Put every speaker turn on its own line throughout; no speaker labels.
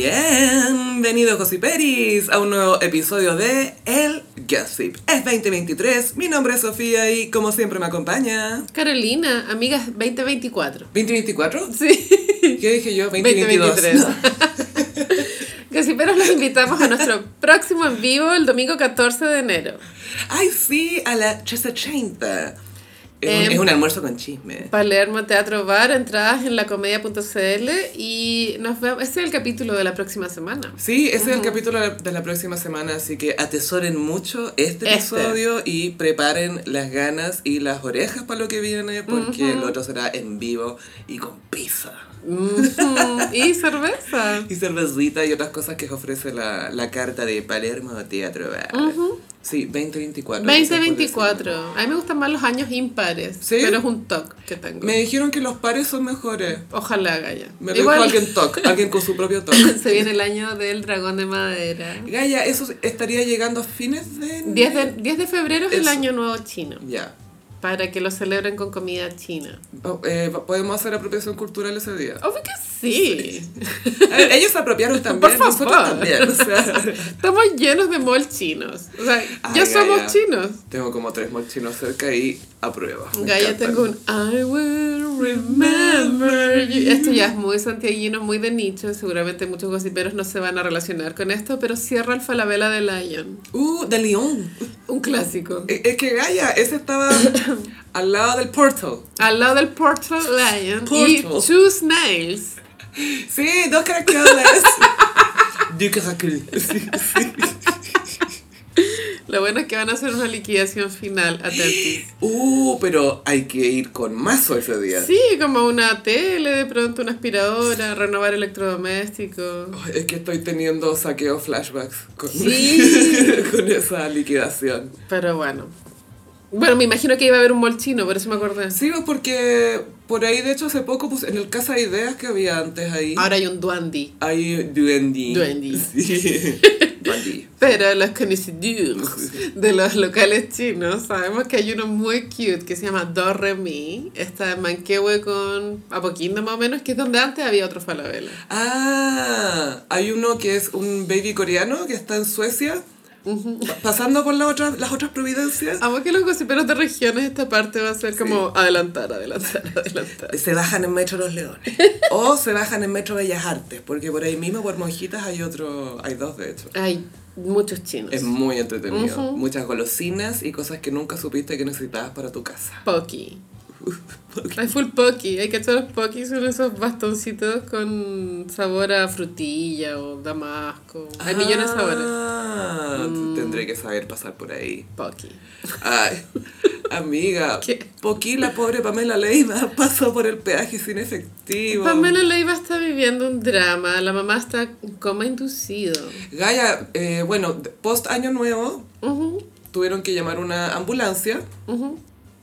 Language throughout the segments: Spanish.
Bienvenidos Gossiperis a un nuevo episodio de El Gossip. Es 2023, mi nombre es Sofía y como siempre me acompaña...
Carolina, amigas 2024.
¿2024?
Sí.
¿Qué dije yo? 2022.
2023. Casi pero los invitamos a nuestro próximo en vivo el domingo 14 de enero.
Ay, sí, a la 380. Es, un,
Em,
es un almuerzo con chisme.
Palermo Teatro Bar, entradas en lacomedia.cl y nos vemos. Este es el capítulo de la próxima semana.
Sí, ese es el capítulo de la- de la próxima semana, así que atesoren mucho este
Este.
episodio y preparen las ganas y las orejas para lo que viene, porque el otro será en vivo y con pizza. Mm.
Mhm. y cerveza.
Y cervecita y otras cosas que ofrece la, la carta de Palermo Teatro Bar. Sí, 2024. que se puede decir.
2024. A mí me gustan más los años impares,
¿Sí?
pero es un toque que tengo.
Me dijeron que los pares son mejores.
Ojalá, Gaya.
Me lo dijo
Igual
alguien toc, alguien con su propio toque.
se viene el año del dragón de madera.
Gaya, eso estaría llegando a fines de...
10 de, 10 de febrero es el
Eso.
año nuevo chino,
Ya.
para que lo celebren con comida china.
Va- eh, va- podemos hacer apropiación cultural ese día.
Obvio que sí.
A ver, ellos se apropiaron también,
Por favor.
nosotros también. o sea.
Estamos llenos de mall chinos. O sea,
Ay,
ya somos
Gaia.
chinos.
tengo como tres mochinos cerca y apruebo. Me
Gaya,
encantan.
tengo un I will remember you. Esto ya es muy santiaguino, muy de nicho. Seguramente muchos gossiperos no se van a relacionar con esto, pero cierra el Falabella de Lion.
Uh, de Lyon.
Un clásico.
Eh, Es es que Gaia, ese estaba al lado del Portal.
Al lado del Portal Lion y
Portal.
Two Snails.
Sí, dos caracoles. Duque Raquel.
Lo bueno es que van a hacer una liquidación final, atentis.
Uh, pero hay que ir con mazo ese día.
Sí, como una tele, de pronto una aspiradora, renovar electrodomésticos.
Ay, Es que estoy teniendo saqueo flashbacks con,
Sí.
con esa liquidación.
Pero bueno. Bueno, me imagino que iba a haber un mall chino, por eso me acordé.
Sí, pues, porque por ahí, de hecho, hace poco, pues, en el Casa de Ideas que había antes ahí,
Ahora hay un duandi.
hay Duendi.
Duendi.
Sí. Duendi.
Pero los conocedores de los locales chinos sabemos que hay uno muy cute que se llama Do Re Mi. Está en Manquehue con Apoquindo más o menos, que es donde antes había otro falabella.
Ah, hay uno que es un baby coreano que está en Suecia, pa- pasando por la otra, las otras providencias.
Amo que los gossiperos de regiones esta parte va a ser como adelantar, adelantar, adelantar.
Se bajan en Metro Los Leones. o se bajan en Metro Bellas Artes, porque por ahí mismo, por Monjitas, hay otro, hay dos de hecho.
Hay muchos chinos.
Es muy entretenido.
Ujú.
Muchas golosinas y cosas que nunca supiste que necesitabas para tu casa.
Pocky. Hay full Pocky. Hay que echar los Pocky son esos bastoncitos con sabor a frutilla o damasco. Hay millones de sabores. Mm.
Ah, Tendré que saber pasar por ahí.
Pocky.
Ay, amiga.
¿Qué?
Poquí, la pobre Pamela Leiva pasó por el peaje sin efectivo.
Pamela Leiva está viviendo un drama. La mamá está en coma inducido.
Gaia, eh, bueno, de- post año nuevo
Ujú,
tuvieron que llamar una ambulancia
ujú.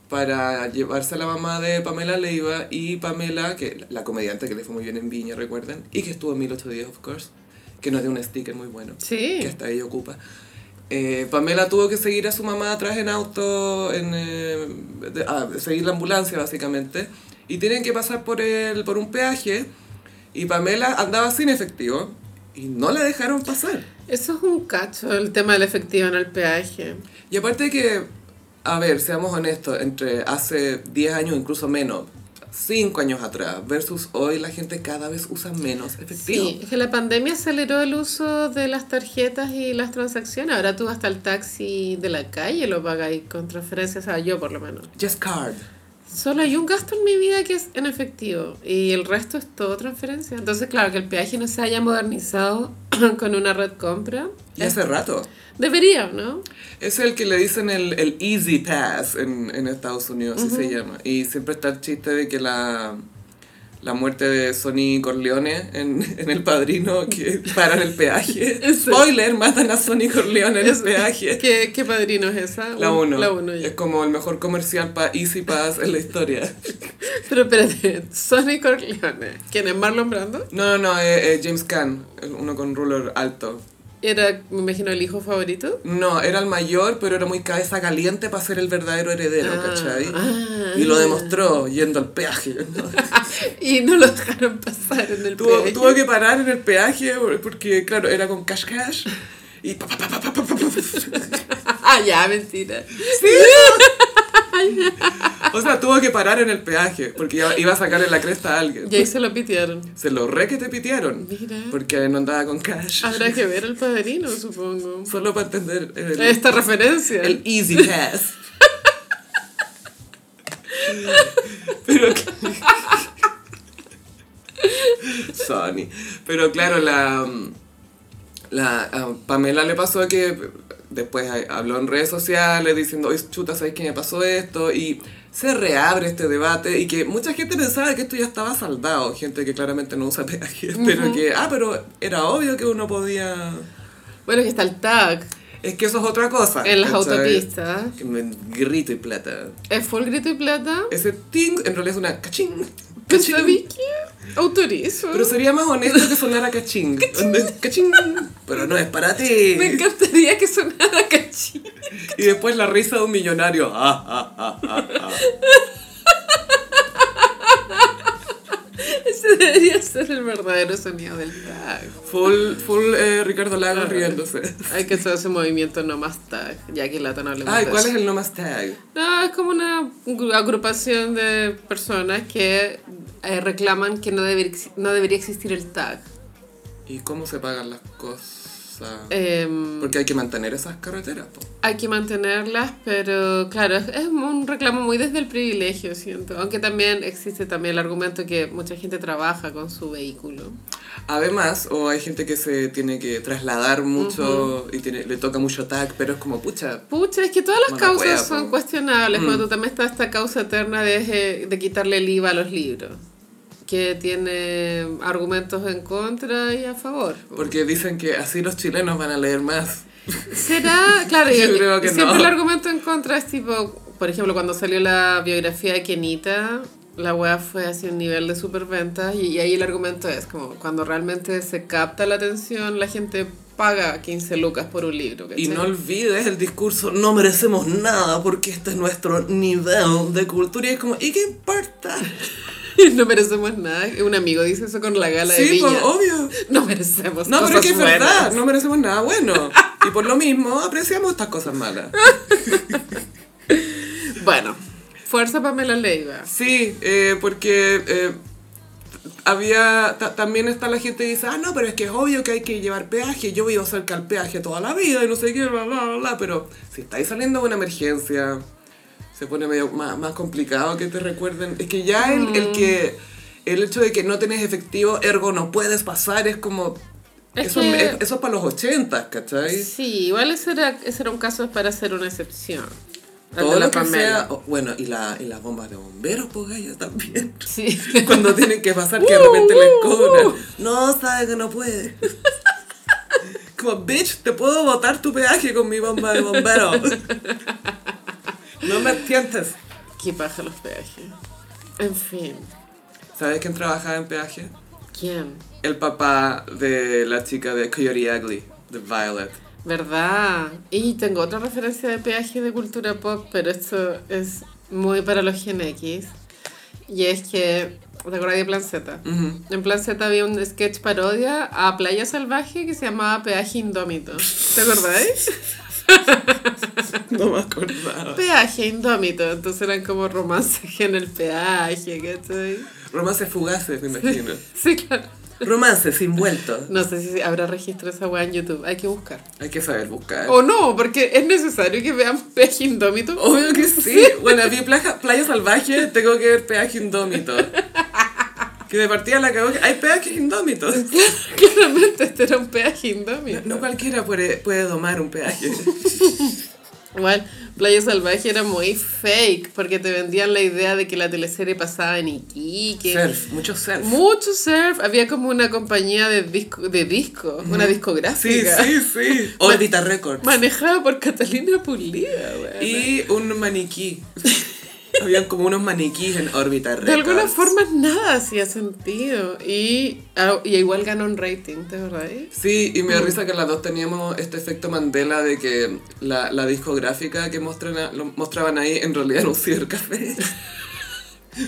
para llevarse a la mamá de Pamela Leiva y Pamela, que la comediante que le fue muy bien en Viña, recuerden, y que estuvo en 1810, of course, que nos dio un sticker muy bueno, que
Sí.
hasta ahí ocupa. Eh, Pamela tuvo que seguir a su mamá atrás en auto, en, eh, de- ah, seguir la ambulancia básicamente, y tienen que pasar por, el, por un peaje, y Pamela andaba sin efectivo, y no la dejaron pasar.
Eso es un cacho, el tema del efectivo en el peaje.
Y aparte de que, a ver, seamos honestos, entre hace 10 años, incluso menos, 5 años atrás, versus hoy, la gente cada vez usa menos efectivo.
Sí, es que la pandemia aceleró el uso de las tarjetas y las transacciones. Ahora tú hasta el taxi de la calle lo pagáis con transferencias, o sea, yo por lo menos.
Just card.
Solo hay un gasto en mi vida que es en efectivo y el resto es todo transferencia. Entonces, claro, que el peaje no se haya modernizado con una red compra.
Y hace rato.
Debería, ¿no?
Es el que le dicen el, el Easy Pass en, en Estados Unidos, así se llama. Y siempre está el chiste de que la, la muerte de Sonny Corleone en, en El Padrino, que paran el peaje.
Eso.
Spoiler, matan a Sonny Corleone en el peaje.
¿Qué, qué padrino es esa?
La
Un-
1.
La uno, ya.
Es como el mejor comercial para Easy Pass en la historia.
Pero espérate, Sonny Corleone. ¿Quién es Marlon Brando?
No, no, no, eh, eh, James Caan, el uno con ruler alto.
Era, me imagino, el hijo favorito.
No, era el mayor, pero era muy cabeza caliente para ser el verdadero heredero,
Ah,
¿cachai?
ah.
Y lo demostró yendo al peaje. ¿no?
Y no lo dejaron pasar en el
tuvo,
peaje.
tuvo que parar en el peaje porque, claro, era con cash cash. Y pa, pa, pa, pa, pa, pa, pa, pa.
ah, ya, mentira.
O sea, tuvo que parar en el peaje porque iba- iba a sacarle la cresta a alguien.
Y ahí se lo pitearon.
Se lo re que te pitearon.
Mira. Ah.
Porque no andaba con cash.
Habrá que ver el padrino, supongo.
Solo para entender eh, el,
Esta referencia.
el easy pass. Pero que- Sony. Pero claro, la, la a Pamela le pasó que después ha- habló en redes sociales diciendo, oye, chuta, ¿sabes qué me pasó esto? Y se reabre este debate y que mucha gente pensaba que esto ya estaba saldado, gente que claramente no usa peaje, pero que, ah, pero era obvio que uno podía...
Bueno, que está el tag
Es que eso es otra cosa.
en las
Ah, ¿cachai?
autopistas.
Que me grito y plata.
Es full grito y plata.
Ese ting en realidad es una caching.
Pero
caching.
¿sabí qué? Autorizo.
Pero sería más honesto que sonara caching. ¿Entendés? Caching. Pero no es para ti.
Me encantaría que sonara cachín.
Y después la risa de un millonario. Ah, ah, ah, ah, ah.
Ese debería ser el verdadero sonido del tag.
Full, full eh, Ricardo Lagos riéndose.
Hay que hacer ese movimiento no más tag, ya que lata no hablemos
Ay,
de
¿cuál
eso.
es el no más tag?
No, es como una gru- agrupación de personas que eh, reclaman que no, deber- no debería existir el tag.
¿Y cómo se pagan las cosas?
Em,
Porque hay que mantener esas carreteras. po.
hay que mantenerlas, pero claro, es, es un reclamo muy desde el privilegio, siento. Aunque también existe también el argumento que mucha gente trabaja con su vehículo.
Además, o hay gente que se tiene que trasladar mucho y tiene, le toca mucho tag, pero es como, pucha,
Pucha, es que todas las
Mala
causas
wea, po. Mm.
son cuestionables. Cuando también está esta causa eterna de, de quitarle el IVA a los libros, que tiene argumentos en contra y a favor.
Porque dicen que así los chilenos van a leer más.
¿Será? Claro, y-
Yo creo que
siempre
no.
el argumento en contra es tipo, por ejemplo, cuando salió la biografía de Kenita, la weá fue hacia un nivel de superventas y, y ahí el argumento es como cuando realmente se capta la atención, la gente paga 15 lucas por un libro.
Y
¿cachai?
no olvides el discurso, no merecemos nada porque este es nuestro nivel de cultura. Y es como, ¿y qué importa?
no merecemos nada. Un amigo dice eso con la gala de
Sí, pues,
Viña.
obvio.
No merecemos
No, pero
cosas
es que es
buenas.
verdad, no merecemos nada bueno. Y por lo mismo, apreciamos estas cosas malas.
Bueno, fuerza Pamela Leiva.
Sí, eh, porque eh, había ta- también está la gente que dice, ah, no, pero es que es obvio que hay que llevar peaje, yo vivo cerca al peaje toda la vida y no sé qué, bla, bla, bla, bla, pero si estáis saliendo de una emergencia, se pone medio más, más complicado que te recuerden. Es que ya el, el que, el hecho de que no tenés efectivo, ergo no puedes pasar, es como...
Es
eso,
que-
es- eso es para los 80, ¿cachai?
Sí, igual ese era, ese era un caso para hacer una excepción. El de
Todo
la
lo que
Pamela.
sea... o- bueno, y, la, y las bombas de bomberos, pues, gallas, también.
Sí.
cuando tienen que pasar que de
Uh,
repente les
uh, uh.
cobran. No, sabe que no puede. Como, bitch, te puedo botar tu peaje con mi bomba de bombero. No me tientes.
Qué paja los peajes. En fin,
¿Sabes quién trabajaba en peaje?
¿quién?
El papá de la chica de Coyote Ugly, de Violet.
¿Verdad? Y tengo otra referencia de peaje de cultura pop, pero esto es muy para los Gen X. Y es que, ¿te acordás de Plan Z?
Ujú.
En Plan Z había un sketch parodia a Playa Salvaje que se llamaba Peaje Indómito. ¿Te acordáis?
No me acordaba.
Peaje Indómito. Entonces eran como romances en el peaje, ¿cachai?
Romances fugaces, me imagino.
Sí, claro.
Romances envueltos.
No sé si habrá registro de esa weá en YouTube. Hay que buscar.
Hay que saber buscar.
O no, porque es necesario que veamos peaje indómito.
Obvio que sí. Bueno, vi playa, playa salvaje, tengo que ver peaje indómito. Que de partida la cagó. que Hay peajes indómitos.
Claramente este era un peaje indómito.
No cualquiera puede, puede domar un peaje.
Igual, Playa Salvaje era muy fake, porque te vendían la idea de que la teleserie pasaba en Iquique.
Surf, mucho surf.
Mucho surf. Había como una compañía de disco, de disco una
sí,
discográfica.
sí, sí. Orbita Records.
Manejada por Catalina Pulida, güey.
Y un maniquí. Habían como unos maniquís en órbita
De alguna forma nada hacía sentido. Y, ah, y igual ganó un rating, ¿te verdad?
Sí, y me
Mm.
da risa que las dos teníamos este efecto Mandela de que la, la discográfica que mostran a- lo mostraban ahí en realidad era un cibercafé.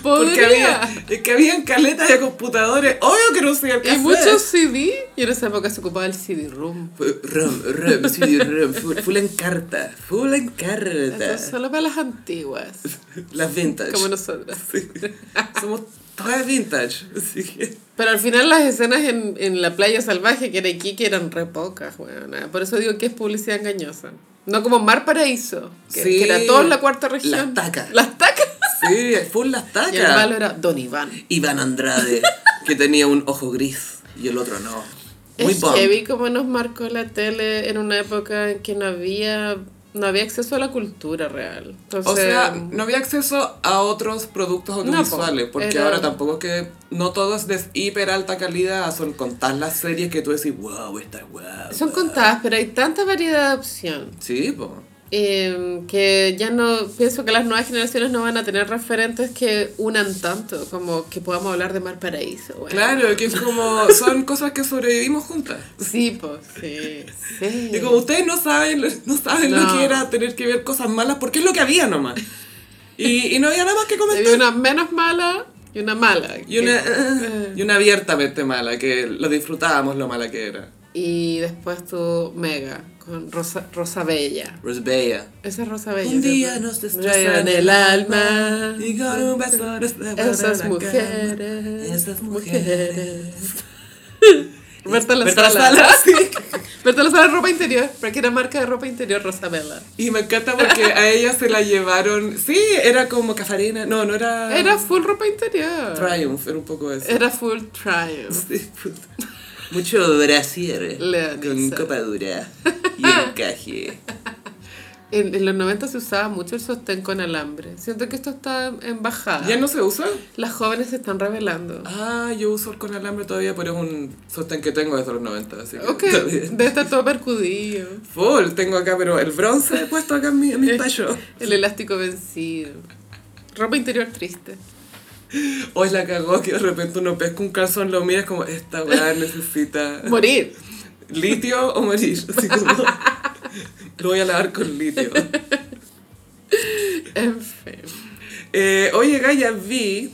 Porque
Podría.
había, es que habían caletas de computadores. Obvio que era un cibercafé.
Y muchos CD. Y en esa época se ocupaba el CD-ROOM.
Rom, rom, sí, rom, full, full en carta, full en
Eso
carta.
es solo para las antiguas.
Las vintage.
Como nosotras.
Somos todas vintage. Así que...
Pero al final las escenas en, en la playa salvaje que era Iquique eran re pocas, weona. Por eso digo que es publicidad engañosa. No como Mar Paraíso, que,
Sí.
que era todo en la cuarta región.
Las tacas.
Las tacas.
Sí, full las
Y el malo
tacas.
era Don Iván.
Iván Andrade, que tenía un ojo gris y el otro no. Muy
es
bomb.
heavy como nos marcó la tele en una época en que no había, no había acceso a la cultura real. Entonces,
O sea, no había acceso a otros productos
po,
audiovisuales, porque
pues, era-
ahora tampoco es que no todo es de hiper alta calidad, son contar las series que tú decís, wow, esta es guau.
son contadas, pero hay tanta variedad de opción.
Sí, pues.
eh, que ya no pienso que las nuevas generaciones no van a tener referentes que unan tanto como que podamos hablar de Mar Paraíso. bueno.
Claro, que es como, son cosas que sobrevivimos juntas.
Sí, pues, sí, sí.
Y como ustedes no saben, lo- no saben lo
No.
que era tener que ver cosas malas, porque es lo que había nomás. Y, y no había nada más que comentar.
Hay una menos mala y una mala.
Y una,
que-
eh, y una abiertamente mala, que lo disfrutábamos lo mala que era.
Y después tu Mega con Rosa, Rosa Bella.
Rosbella.
Esa es Rosa Bella.
Un día
¿cierto?
nos
Rayo
destrozan
en el alma.
Y con un beso nos devoran la
Esas
cama.
mujeres.
Esas mujeres.
Berta la
Berta la
Sala.
Sala, sí.
Berta la Sala, ropa interior. Porque era marca de ropa interior Rosa Bella.
Y me encanta porque a ella se la llevaron. Sí, era como Cafarina. No, no era.
Era full ropa interior.
Triumph, era un poco eso.
Era full triumph.
Sí, puta. Mucho brasier.
Leonisa.
Con copadura. Y encaje.
En, en los 90 se usaba mucho el sostén con alambre. Siento que esto está en bajada.
¿Ya no se usa?
Las jóvenes se están revelando.
Ah, yo uso el con alambre todavía, pero es un sostén que tengo desde los 90, así que
ok,
está bien.
de estar todo percudido.
Full, tengo acá, pero el bronce he puesto acá en mi, en mi
Eh.
tallo.
El elástico vencido. Ropa interior triste.
Hoy la cagó que de repente uno pesca un calzón, lo mira es como, esta weá necesita
Morir.
litio o morir. Así como, lo voy a lavar con litio.
En fin.
Eh, oye, Gaya, vi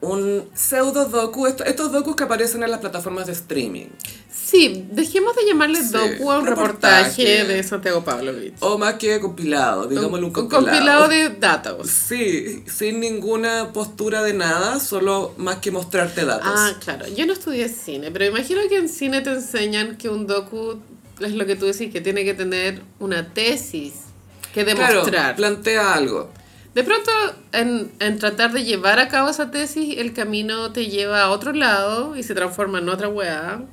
un pseudo docu, esto- estos docus que aparecen en las plataformas de streaming.
Sí, dejemos de llamarle
Sí,
docu a un
reportaje.
reportaje, de Santiago Pavlovich.
O más que compilado, digámoslo un compilado.
compilado. de datos.
Sí, sin ninguna postura de nada, solo más que mostrarte datos.
Ah, claro. Yo no estudié cine, pero imagino que en cine te enseñan que un docu es lo que tú decís, que tiene que tener una tesis que
claro,
demostrar.
plantea algo.
De pronto, en, en tratar de llevar a cabo esa tesis, el camino te lleva a otro lado y se transforma en otra weá.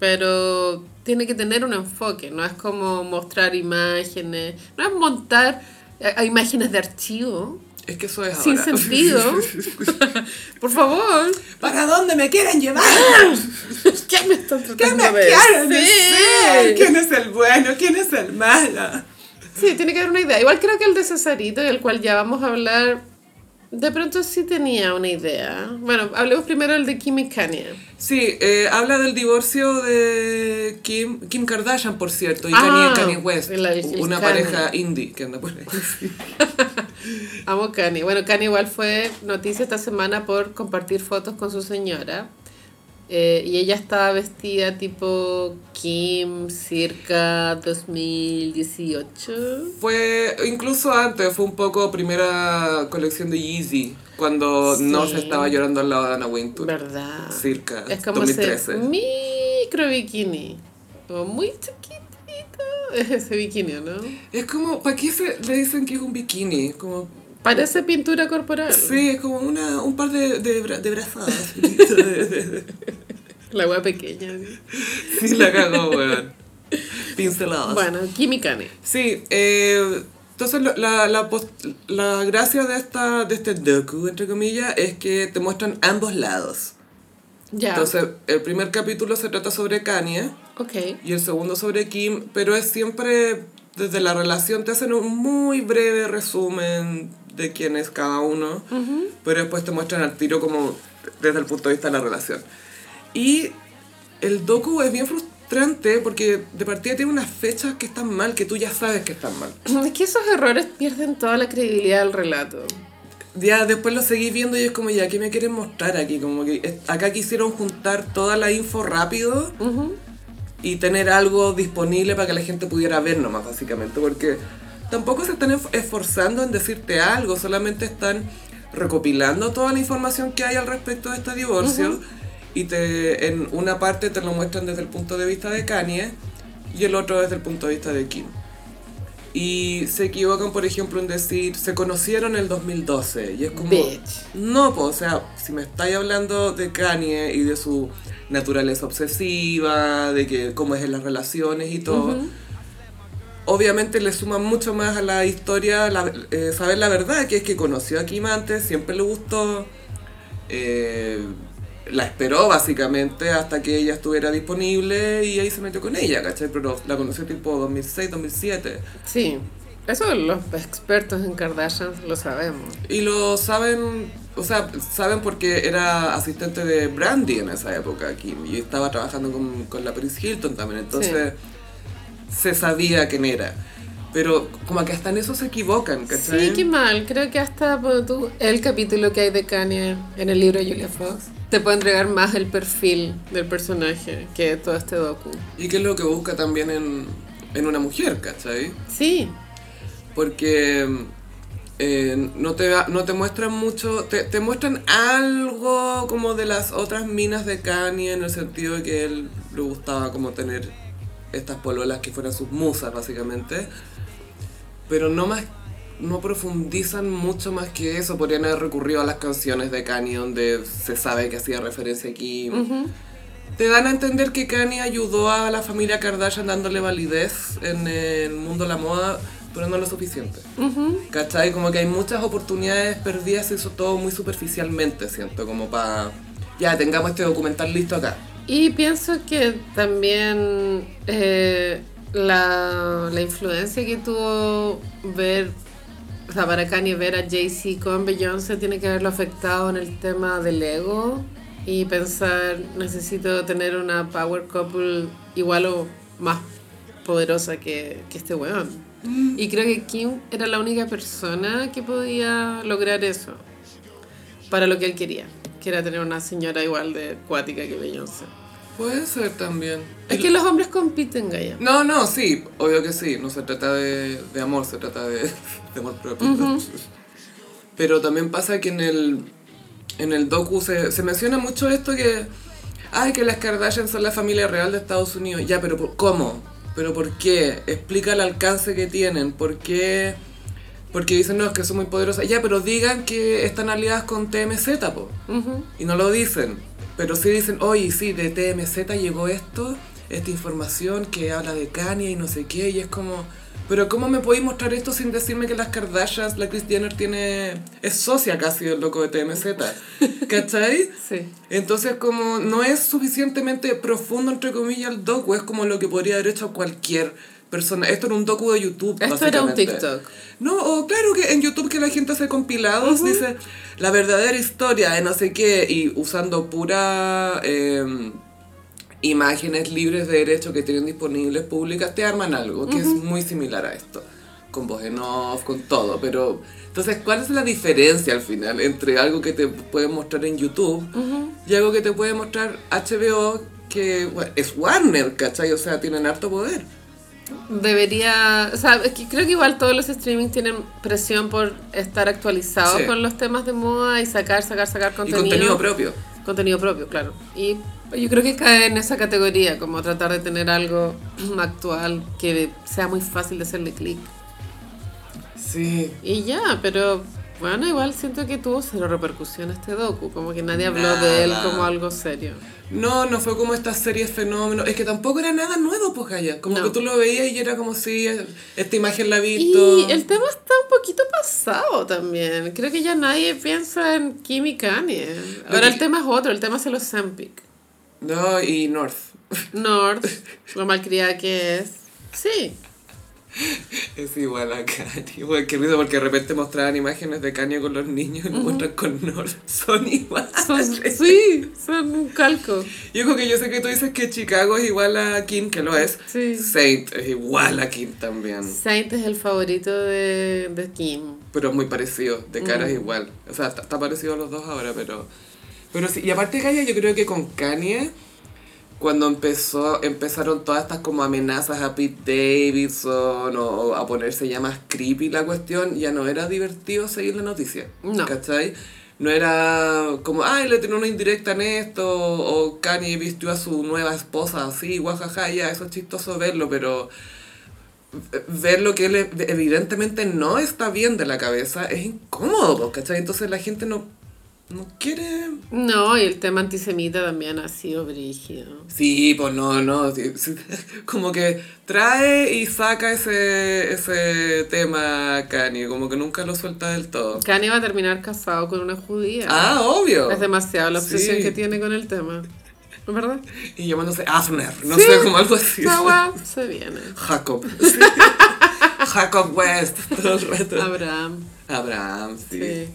Pero tiene que tener un enfoque, no es como mostrar imágenes, no es montar eh, a, a imágenes de archivo.
Es que eso es
Sin
ahora.
sentido. Por favor,
¿Para dónde me quieren llevar?
¿qué me están
¿Qué
tratando
me
de
quieren decir?
decir?
¿Quién es el bueno? ¿Quién es el malo?
Sí, tiene que haber una idea. Igual creo que el de Cesarito, del cual ya vamos a hablar, de pronto sí tenía una idea. Bueno, hablemos primero del de Kimi Kanye.
Sí, eh, habla del divorcio de Kim, Kim Kardashian, por cierto, y
Ah,
Kanye, Kanye West,
el- el
una
Kanye.
pareja indie que anda por ahí.
Amo Kanye. Bueno, Kanye igual fue noticia esta semana por compartir fotos con su señora. Eh, y ella estaba vestida tipo Kim circa 2018.
Fue incluso antes, fue un poco primera colección de Yeezy, cuando
Sí.
no se estaba llorando al lado de Anna Wintour.
¿Verdad?
Circa
Es como ¿Mm?
2013.
ese micro bikini. Como muy chiquitito. Es ese bikini, ¿no?
Es como, ¿para qué se le dicen que es un bikini? Como,
Parece pintura corporal.
sí, es como una, un par de, de, bra- de brazadas. De- de- de-
La wea pequeña. así.
Sí, la cagó, weón. Pinceladas.
Bueno, Kimi Kanye.
Sí, eh, entonces lo- la, la, pos- la gracia de, esta, de este docu, entre comillas, es que te muestran ambos lados.
Ya.
Entonces, el primer capítulo se trata sobre Kanye
ok.
y el segundo sobre Kim, pero es siempre desde la relación, te hacen un muy breve resumen de quién es cada uno, pero después te muestran al tiro como desde el punto de vista de la relación. Y el docu es bien frustrante porque de partida tiene unas fechas que están mal, que tú ya sabes que están mal.
Es que esos errores pierden toda la credibilidad del relato.
Ya después lo seguís viendo y es como, ya, ¿qué me quieren mostrar aquí? Como que es- acá quisieron juntar toda la info rápido y tener algo disponible para que la gente pudiera ver nomás, básicamente, porque tampoco se están esf- esforzando en decirte algo, solamente están recopilando toda la información que hay al respecto de este divorcio y te, en una parte te lo muestran desde el punto de vista de Kanye y el otro desde el punto de vista de Kim. Y se equivocan, por ejemplo, en decir, se conocieron en el 2012. Y es como...
Bitch.
No, pues, o sea, si me estáis hablando de Kanye y de su naturaleza obsesiva, de que cómo es en las relaciones y todo, obviamente le suma mucho más a la historia la- eh, saber la verdad, que es que conoció a Kim antes, siempre le gustó, eh, la esperó básicamente hasta que ella estuviera disponible y ahí se metió con ella, ¿cachai? Pero la conoció tipo 2006, 2007.
Sí. Eso los expertos en Kardashian lo sabemos.
Y lo saben, o sea, saben porque era asistente de Brandy en esa época, Kim, y estaba trabajando con, con la Paris Hilton también, entonces se sabía quién era. Pero como que hasta en eso se equivocan, ¿cachai?
Sí, qué mal. Creo que hasta por tú, el capítulo que hay de Kanye en el libro de Julia Fox te puede entregar más el perfil del personaje que todo este docu.
Y que es lo que busca también en, en una mujer, ¿cachai?
Sí,
Porque eh, no, te, da- no te muestran mucho, te, te muestran algo como de las otras minas de Kanye en el sentido de que él le gustaba como tener estas pololas que fueran sus musas básicamente, pero no más no profundizan mucho más que eso, podrían haber recurrido a las canciones de Kanye donde se sabe que hacía referencia aquí. Te dan a entender que Kanye ayudó a la familia Kardashian dándole validez en el mundo de la moda, pero no lo suficiente. ¿Cachai? Como que hay muchas oportunidades perdidas y eso todo muy superficialmente, siento, como para... Ya, tengamos este documental listo acá.
Y pienso que también eh, la, la influencia que tuvo ver, o sea, para Kanye ver a Jay-Z con Beyoncé tiene que haberlo afectado en el tema del ego y pensar, necesito tener una power couple igual o más poderosa que, que este weón. Y creo que Kim era la única persona que podía lograr eso para lo que él quería, que era tener una señora igual de cuática que Beyoncé.
Puede ser también.
Es que los hombres compiten, Gaya.
No, no, sí, obvio que sí. No se trata de, de amor, se trata de, de amor propio. Pero también pasa que en el, en el docu se, se menciona mucho esto que... Ay, que las Kardashian son la familia real de Estados Unidos. Ya, pero por- ¿cómo? ¿Pero por qué? Explica el alcance que tienen. ¿Por qué? Porque dicen, no, es que son muy poderosas. Ya, pero digan que están aliadas con TMZ, po. Y no lo dicen. Pero sí dicen, oye, sí, de TMZ llegó esto, esta información que habla de Kanye y no sé qué. Y es como, pero ¿cómo me podéis mostrar esto sin decirme que las Kardashians, la Kris Jenner tiene... Es socia casi del loco de TMZ. ¿Cachai?
Sí.
Entonces, como no es suficientemente profundo, entre comillas, el docu, es como lo que podría haber hecho cualquier persona. Esto era un docu de YouTube.
Esto era un
básicamente.
TikTok.
No, o claro que en YouTube que la gente hace compilados, dice la verdadera historia de no sé qué, y usando pura. eh, imágenes libres de derecho que tienen disponibles públicas te arman algo que es muy similar a esto. Con voz en off, con todo, pero... Entonces, ¿cuál es la diferencia al final entre algo que te pueden mostrar en YouTube y algo que te puede mostrar HBO que bueno, es Warner, ¿cachai? O sea, tienen harto poder.
Debería, o sea, es que creo que igual todos los streaming tienen presión por estar actualizados
Sí.
con los temas de moda y sacar, sacar, sacar
Y
contenido.
contenido propio.
Contenido propio, claro. Y yo creo que cae en esa categoría, como tratar de tener algo actual que sea muy fácil de hacerle clic.
Sí.
Y ya, pero bueno, igual siento que tuvo cero repercusión este docu, como que nadie habló
Nada.
de él como algo serio.
No, no fue como estas series fenómeno. Es que tampoco era nada nuevo, pues, Gaya. Como
No.
que tú lo veías y era como si esta imagen la he visto.
Y el tema está un poquito pasado también. Creo que ya nadie piensa en Kim y Kanye.
Lo
Ahora
que-
el tema es otro, el tema es el Ozempic.
No, y North.
North, lo malcriada que es. Sí,
Es igual a Kanye. Bueno, qué risa, porque de repente mostraban imágenes de Kanye con los niños y lo muestran con Nor. Son iguales.
Son- sí, son un calco.
Yo creo que yo sé que tú dices que Chicago es igual a Kim, que lo es.
Sí.
Saint es igual a Kim también.
Saint es el favorito de, de Kim.
Pero es muy parecido, de cara es igual. O sea, está, está parecido a los dos ahora, pero... Pero sí, y aparte Kanye, yo creo que con Kanye, cuando empezó, empezaron todas estas como amenazas a Pete Davidson o, o a ponerse ya más creepy la cuestión, ya no era divertido seguir la noticia.
No.
¿Cachai? No era como, ay, le tenía una indirecta en esto, o Kanye vistió a su nueva esposa así, guajaja, ya, eso es chistoso verlo, pero ver lo que él e- evidentemente no está bien de la cabeza es incómodo, ¿cachai? Entonces la gente no, no quiere...
No, y el tema antisemita también ha sido brígido.
Sí, pues no, no, sí, sí. como que trae y saca ese, ese tema Kanye, como que nunca lo suelta del todo.
Kanye va a terminar casado con una judía.
Ah, obvio.
Es demasiado la obsesión
Sí.
que tiene con el tema. ¿No es verdad?
Y llamándose Afner, no
Sí.
sé, como algo así.
Esa weá se viene.
Jacob. sí. Jacob West, todo el rato.
Abraham.
Abraham, sí.
Sí.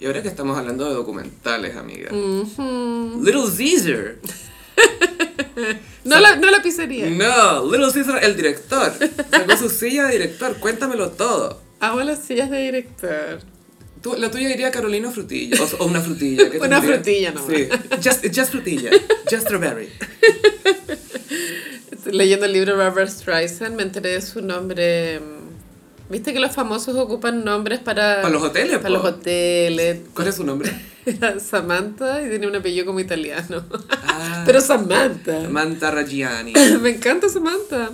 Y ahora que estamos hablando de documentales, amiga.
Ujú.
Little Caesar.
No, la, no la pizzería.
No, Little Caesar, el director. Sacó su silla de director, cuéntamelo todo.
Hago las sillas de director.
Tú- la tuya diría Carolina Frutilla, o, o una frutilla. ¿qué
Una
tendría?
frutilla nomás.
Sí, just, just frutilla, just strawberry.
Leyendo el libro de Barbara Streisand me enteré de su nombre. mm, Viste que los famosos ocupan nombres para...
Para los hoteles,
Para los
po.
hoteles.
¿Cuál es su nombre?
Era Samantha y tiene un apellido como italiano.
Ah,
Pero Samantha.
Manta Raggiani.
Me encanta Samantha.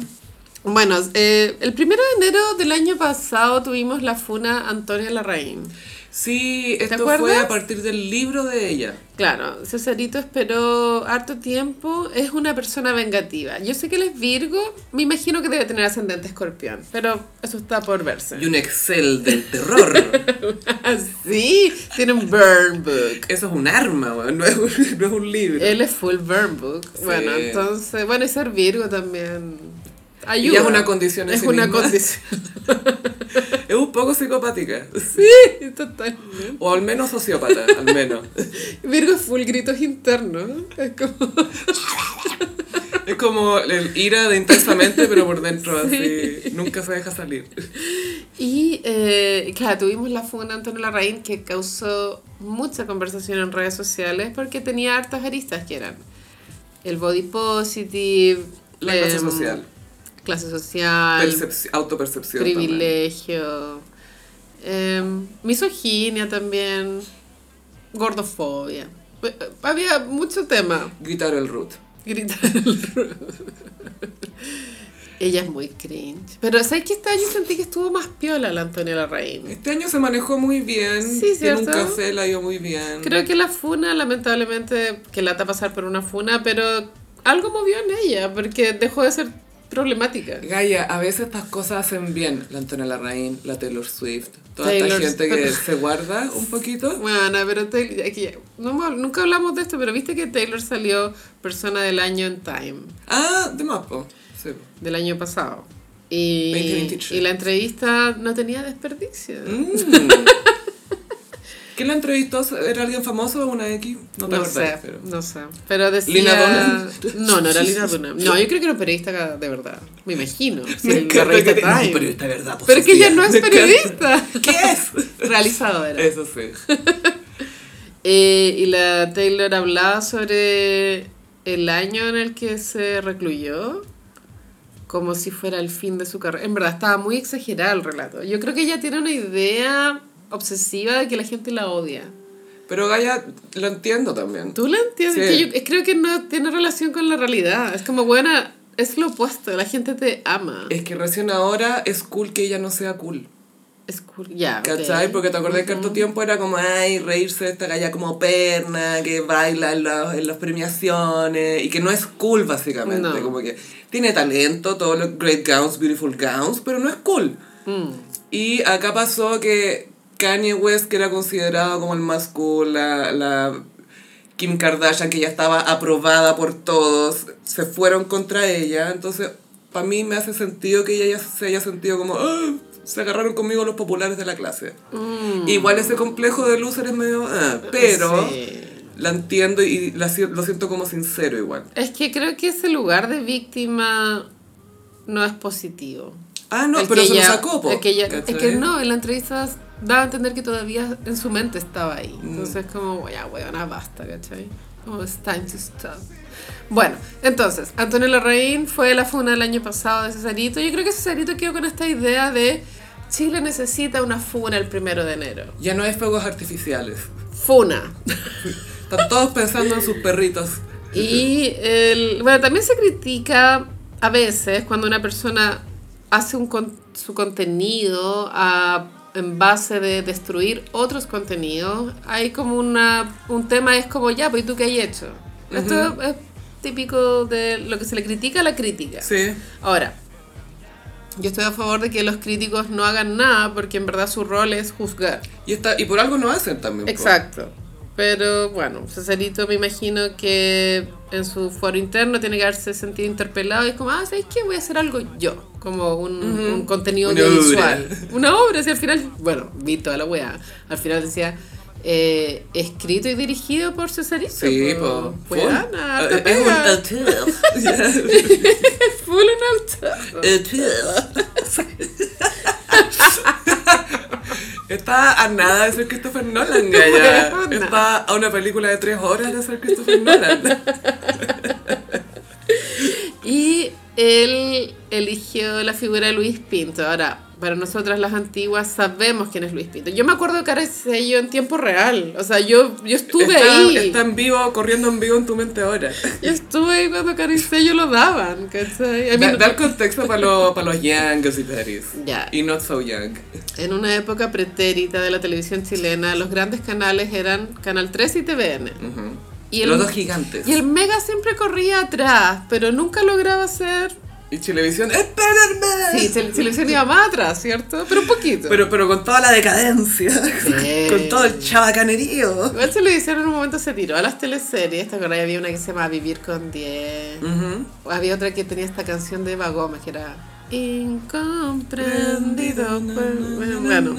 Bueno, eh, el primero de enero del año pasado tuvimos la funa Antonia Larraín.
Sí, esto fue
acuerdas?
a partir del libro de ella.
Claro, Cesarito esperó harto tiempo, es una persona vengativa. Yo sé que él es Virgo, me imagino que debe tener ascendente escorpión, pero eso está por verse.
Y un Excel del terror.
sí, tiene un burn book.
Eso es un arma, weón, no es un, no es un libro.
Él es full burn book.
Sí.
Bueno, entonces, bueno, y ser Virgo también.
Y
Ayuda.
ya es una condición en
Es
sí
una
misma.
condición.
Es un poco psicopática.
Sí, totalmente.
O al menos sociópata, al menos.
Virgo es full gritos internos. Es como.
Es como el ira de intensamente, pero por dentro
Sí.
así. Nunca se deja salir.
Y eh, claro, tuvimos la funda de Antonio Larraín que causó mucha conversación en redes sociales porque tenía hartas aristas que eran el body positive,
La clase
em,
social.
clase social,
Percepci- autopercepción
privilegio, em, misoginia también, gordofobia. Eh, eh, Había mucho tema.
también. Gritar el root.
Gritar el root. Ella es muy cringe. Pero ¿sabes que Este año sentí que estuvo más piola la Antonia Larraín.
Este año se manejó muy bien.
Sí,
en un
¿cierto?
café la dio muy bien.
Creo que la funa, lamentablemente, que lata pasar por una funa, pero algo movió en ella, porque dejó de ser problemática.
Gaia, a veces estas cosas hacen bien. La Antonia Larraín, la Taylor Swift, toda
Taylor
esta gente que
Swift.
se guarda un poquito.
Bueno, pero Taylor, aquí- no hemos- nunca hablamos de esto, pero viste que Taylor salió persona del año en Time,
Ah, de Mapo. Sí.
del año pasado. Y,
2023.
y la entrevista no tenía desperdicio.
Mm. ¿Quién la entrevistó? ¿Era alguien famoso o una X? No te
No,
acordás,
sé,
pero-
no sé. Pero decía...
¿Lina Dunham?
No, no era Lina Dunham. No, yo creo que era un periodista de verdad. Me imagino. Sí,
Me
la
encanta
revista
que- no,
Time.
periodista, ¿verdad? pues,
Pero es que
Sofía.
ella no es
Me encanta.
periodista.
¿Qué es?
Realizadora.
Eso sí.
Eh, y la Taylor hablaba sobre el año en el que se recluyó. Como si fuera el fin de su carrera. En verdad, estaba muy exagerado el relato. Yo creo que ella tiene una idea obsesiva de que la gente la odia.
Pero Gaia, lo entiendo también.
Tú la entiendes.
Sí.
Que yo es- creo que no tiene relación con la realidad. Es como, buena, es lo opuesto. La gente te ama.
Es que recién ahora es cool que ella no sea cool.
Es cool. Ya. ok.
¿Cachai? Porque te acordás que harto tiempo era como, ay, reírse de esta galla como perna, que baila en, los- en las premiaciones, y que no es cool básicamente,
No.
como que tiene talento, todos los great gowns, beautiful gowns, pero no es cool.
Mm.
Y acá pasó que Kanye West, que era considerado como el más cool, la, la Kim Kardashian, que ya estaba aprobada por todos, se fueron contra ella. Entonces, para mí me hace sentido que ella ya se haya sentido como, "Ah, se agarraron conmigo los populares de la clase.
Mm.
Igual ese complejo de loser es medio, "Ah", pero
Sí.
la entiendo y la si- lo siento como sincero igual.
Es que creo que ese lugar de víctima no es positivo.
Ah, no,
El
pero
que
se
ella-
lo sacó, po,
el que ella- es
¿cachai?
que no, en la entrevista daba a entender que todavía en su mente estaba
Mm.
ahí. Entonces, como, ya, weona, basta, ¿cachai? Como, it's time to stop. Bueno, entonces, Antonio Larraín fue la funa del año pasado de Cesarito. Yo creo que Cesarito quedó con esta idea de Chile necesita una funa el primero de enero.
Ya no hay fuegos artificiales.
Funa.
Están todos pensando en sus perritos.
Y el- bueno, también se critica a veces cuando una persona hace un con- su contenido a- en base de destruir otros contenidos. Hay como una, un tema, es como ya, pues ¿y tú qué hay hecho? Esto es típico de lo que se le critica a la crítica.
Sí.
Ahora, yo estoy a favor de que los críticos no hagan nada porque en verdad su rol es juzgar.
Y, está, y por algo no hacen también. po.
Exacto. Pero bueno, Cesarito me imagino que en su foro interno tiene que haberse sentido interpelado y es como, ah, ¿sabes qué? Voy a hacer algo yo, como un, un contenido
Una
audiovisual.
obra.
Una obra, si al final, bueno, vi toda la weá. Al final decía, eh, escrito y dirigido por Cesarito.
Sí,
po.
po.
Weá,
Full.
nada, harta
Eh, es un
pega.
auteur.
Full un autor.
Auteur. Está a nada de ser Christopher Nolan, Gaya.
Bueno.
Está a una película de tres horas de ser Christopher Nolan.
Y él eligió la figura de Luis Pinto. Ahora, para nosotras las antiguas sabemos quién es Luis Pinto. Yo me acuerdo que sello en tiempo real. O sea, yo, yo estuve
está,
ahí.
está en vivo, corriendo en vivo en tu mente ahora.
Yo estuve ahí cuando Caricello lo daban, ¿cachai? A mí
Da,
no-
da el contexto para los para los young gossiperis.
Ya.
Y not so young.
En una época pretérita de la televisión chilena, los grandes canales eran Canal 3 y TVN.
Ujú.
Y el,
los dos gigantes.
y el Mega siempre corría atrás, pero nunca lograba ser...
Y Chilevisión, ¡espérenme!
Sí, Chile- televisión iba más atrás, ¿cierto? Pero un poquito.
Pero, pero con toda la decadencia,
Sí.
con todo el chabacanerío.
Igual se lo hicieron en un momento, se tiró a las teleseries. ¿Te acuerdas? Había una que se llamaba Vivir con 10.
Ujú.
Había otra que tenía esta canción de Eva Gómez que era Incomprendido. por- Bueno, bueno,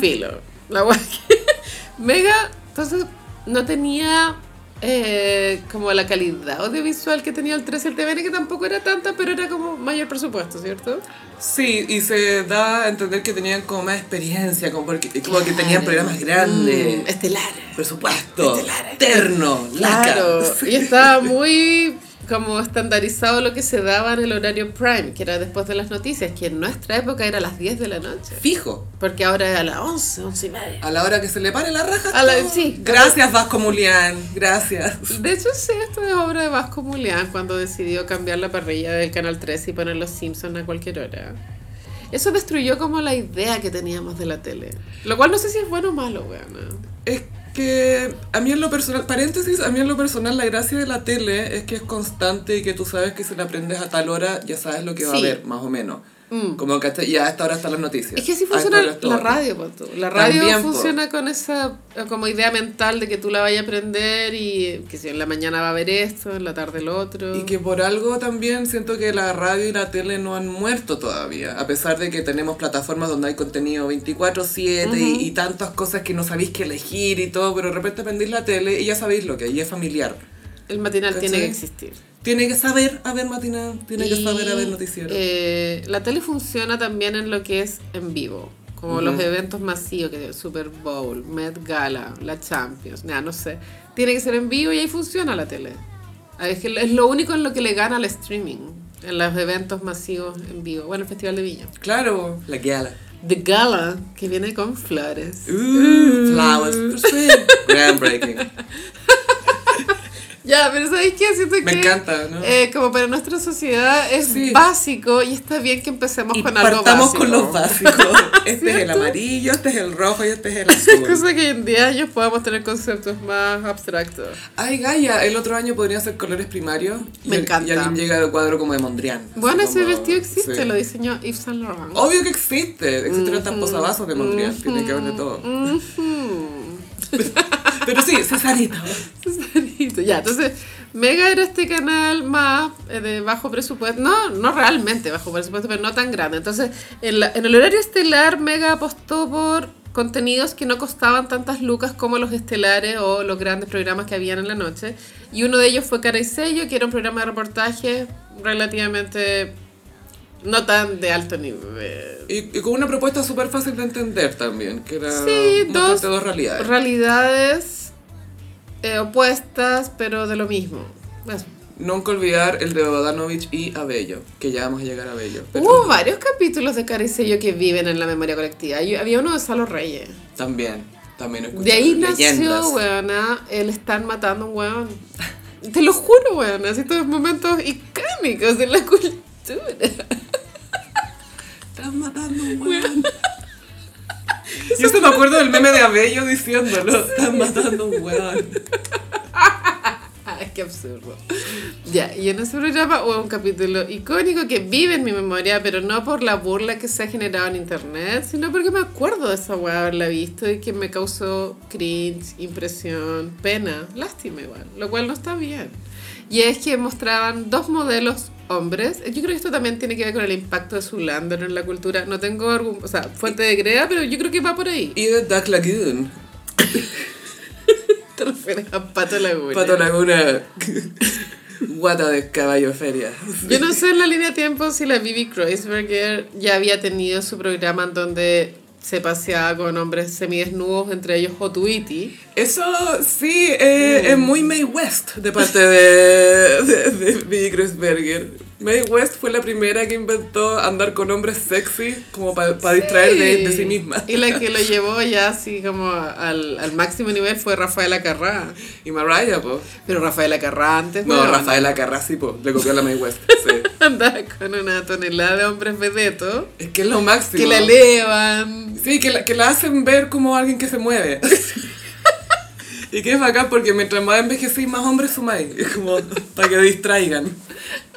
filo. La wea que- Mega, entonces no tenía eh, como la calidad audiovisual que tenía el 13 el TVN, que tampoco era tanta, pero era como mayor presupuesto, ¿cierto?
Sí, y se da a entender que tenían como más experiencia, como, porque, como que tenían
Claro.
programas
Mm,
grandes,
estelares.
por supuesto, terno,
Claro,
lacas.
y estaba muy como estandarizado lo que se daba en el horario prime, que era después de las noticias, que en nuestra época era a las 10 de la noche,
Fijo,
porque ahora es a las 11, 11 y media.
a la hora que se le pare la raja.
A la-
todo.
sí.
Gracias, Vasco Mulián, gracias.
De hecho, sí, esto es obra de Vasco Mulián cuando decidió cambiar la parrilla del Canal 3 y poner los Simpsons a cualquier hora. Eso destruyó como la idea que teníamos de la tele. Lo cual no sé si es bueno o malo, weón. ¿no?
Es que a mí en lo personal, paréntesis, a mí en lo personal la gracia de la tele es que es constante y que tú sabes que si la aprendes a tal hora ya sabes lo que va
Sí.
a haber, más o menos.
Mm.
Como que hasta, ya a esta hora están las noticias.
Es que
A
así
esta
funciona
hora está
la
otra.
radio, pon tú. La radio
También, po.
funciona con esa eh, como idea mental de que tú la vayas a aprender y eh, que si en la mañana va a haber esto, en la tarde el otro.
Y que por algo también siento que la radio y la tele no han muerto todavía, a pesar de que tenemos plataformas donde hay contenido 24/7 y- y, tantas cosas que no sabéis que elegir y todo, pero de repente prendís la tele y ya sabéis lo que hay, y es familiar.
el matinal tiene
¿Cachai?
que existir.
Tiene que saber a ver matinal, tiene que
Y,
saber a ver noticiero.
eh, la tele funciona también en lo que es en vivo, como los eventos masivos, que es Super Bowl, Met Gala, la Champions, nada, no sé. Tiene que ser en vivo y ahí funciona la tele. Ah, Es, que es lo único en lo que le gana al streaming, en los eventos masivos en vivo. Bueno, el Festival de Viña.
Claro, la guiala.
The Gala, que viene con flores.
Uh. Flowers, per se. Groundbreaking.
Ya, pero ¿sabéis qué? Siento
Me
que,
encanta, ¿no?
eh, como para nuestra sociedad es
Sí.
básico y está bien que empecemos
Y
con algo
partamos
básico.
con los básicos. Este es el amarillo, este es el rojo y este es el azul.
Cosa que hoy en día ellos podamos tener conceptos más abstractos.
Ay, Gaia, el otro año podrían ser colores primarios. y
Me
al-
encanta.
Y alguien llega de cuadro como de Mondrian. así
Bueno, ese
como-
vestido existe,
sí.
lo diseñó Yves Saint Laurent.
Obvio que existe. Existen hasta posavasos de Mondrian. Tiene que haber de todo.
Ujú.
Pero sí, Cesarito.
Cesarito, Ya, entonces, Mega era este canal más eh, de bajo presupuesto. No, no realmente bajo presupuesto, pero no tan grande. Entonces, en, la- en el horario estelar, Mega apostó por contenidos que no costaban tantas lucas como los estelares o los grandes programas que habían en la noche. Y uno de ellos fue Cara y Sello, que era un programa de reportaje relativamente no tan de alto nivel.
Y, y con una propuesta súper fácil de entender también, que era
Sí,
mostrarte
dos-
dos realidades.
realidades eh, opuestas, pero de lo mismo. Eso.
Nunca olvidar el de Bodanovich y Abello, que ya vamos a llegar a Abello. Pero
Hubo varios capítulos de Caricello que viven en la memoria colectiva. Yo- había uno de Salo Reyes.
También, también escuché
De ahí
leyendas.
nació, weona, el están matando a un weón. Te lo juro, weona, así todos momentos icónicos de la cultura.
Estás matando un weón. Yo se me acuerdo del meme de Abello diciéndolo. Estás matando un weón.
Ay, qué Ah, absurdo. Ya, y en ese programa hubo un capítulo icónico que vive en mi memoria, pero no por la burla que se ha generado en internet, sino porque me acuerdo de esa weá haberla visto y que me causó cringe, impresión, pena, lástima igual, lo cual no está bien. Y es que mostraban dos modelos hombres. Yo creo que esto también tiene que ver con el impacto de Zulander en la cultura. No tengo, argu- o sea, fuente de crea, pero yo creo que va por ahí.
Y de Duck Lagoon.
Te refieres a Pato Laguna.
Pato Laguna. Guata de caballo de feria.
Yo no sé en la línea de tiempo si la Bibi Kreuzberger ya había tenido su programa en donde se paseaba con hombres semidesnudos, entre ellos Hotuiti.
Eso sí,
Mm.
eh, es muy May West de parte de, de, de Billy Kreuzberger. May West fue la primera que inventó andar con hombres sexy como para distraer de, de sí misma.
Y la que lo llevó ya así como al, al máximo nivel fue Rafaela Carrá.
Y Mariah, po.
Pero Rafaela Carrá antes
No,
weón,
Rafaela Carrasi, po. Le copió a la May West. Sí.
andaba con una tonelada de hombres vedetos
Es que es lo máximo.
que la elevan.
Sí, que la, que la hacen ver como alguien que se mueve. y que es bacán porque mientras más envejecís, más hombres sumáis. Es como para que distraigan.
Como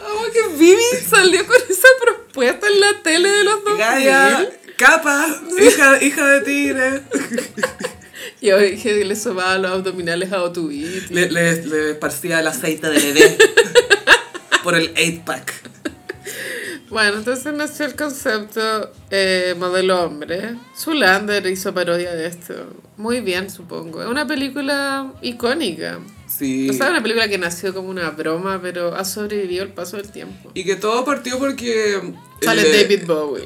Oh, que Bibi salió con esa propuesta en la tele de los dos
Gaia, capa, hija, hija de tigre.
Y hoy que le sobaba los abdominales a Otuiti.
Le, le, le esparcía el aceite de bebé por el 8-pack.
Bueno, entonces nació el concepto eh, modelo hombre. Zulander hizo parodia de esto. Muy bien, supongo. Es una película icónica.
Sí.
O sea, una película que nació como una broma, pero ha sobrevivido el paso del tiempo.
Y que todo partió porque...
Sale
eh,
David Bowie.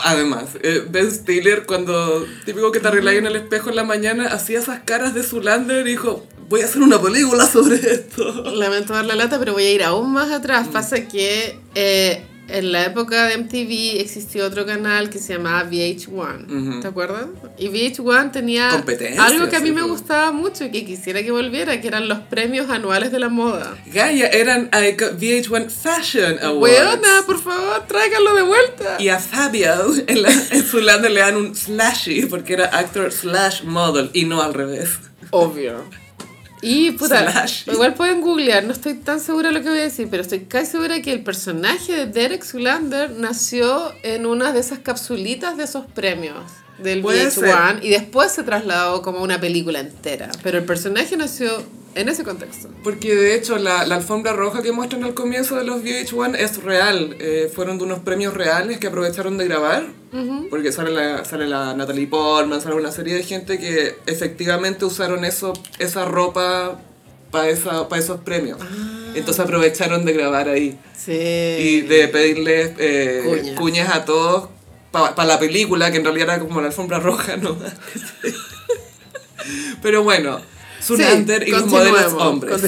Además, eh, Ben Stiller, cuando típico que te arregláis en el espejo en la mañana, hacía esas caras de Zulander y dijo, voy a hacer una película sobre esto.
Lamento dar la lata, pero voy a ir aún más
Mm.
atrás. Pasa que eh, en la época de MTV existió otro canal que se llamaba VH1.
Ujú.
¿Te acuerdas? Y VH1 tenía
Competencia,
algo que a mí
sí,
me
pues.
gustaba mucho y que quisiera que volviera, que eran los premios anuales de la moda.
Gaia eran eh, a VH1 Fashion Awards.
Weona, por favor, tráiganlo de vuelta.
Y a Fabio en, la, en Zulander le dan un slashy porque era actor slash model y no al revés.
Obvio. Y puta,
Slash.
igual pueden googlear, no estoy tan segura de lo que voy a decir, pero estoy casi segura que el personaje de Derek Zulander nació en una de esas capsulitas de esos premios del
Puede
VH1 y después se trasladó como a una película entera. Pero el personaje nació en ese contexto.
Porque de hecho la, la alfombra roja que muestran al comienzo de los VH1 es real. Eh, fueron de unos premios reales que aprovecharon de grabar. Porque sale la, sale la Natalie Portman, sale una serie de gente que efectivamente usaron eso, esa ropa para esos premios. Entonces aprovecharon de grabar ahí.
Sí.
Y de pedirles eh,
Cuñas.
cuñas a todos para la película, que en realidad era como la alfombra roja, ¿no? Pero bueno, Zulander y los
continuemos,
modelos hombres.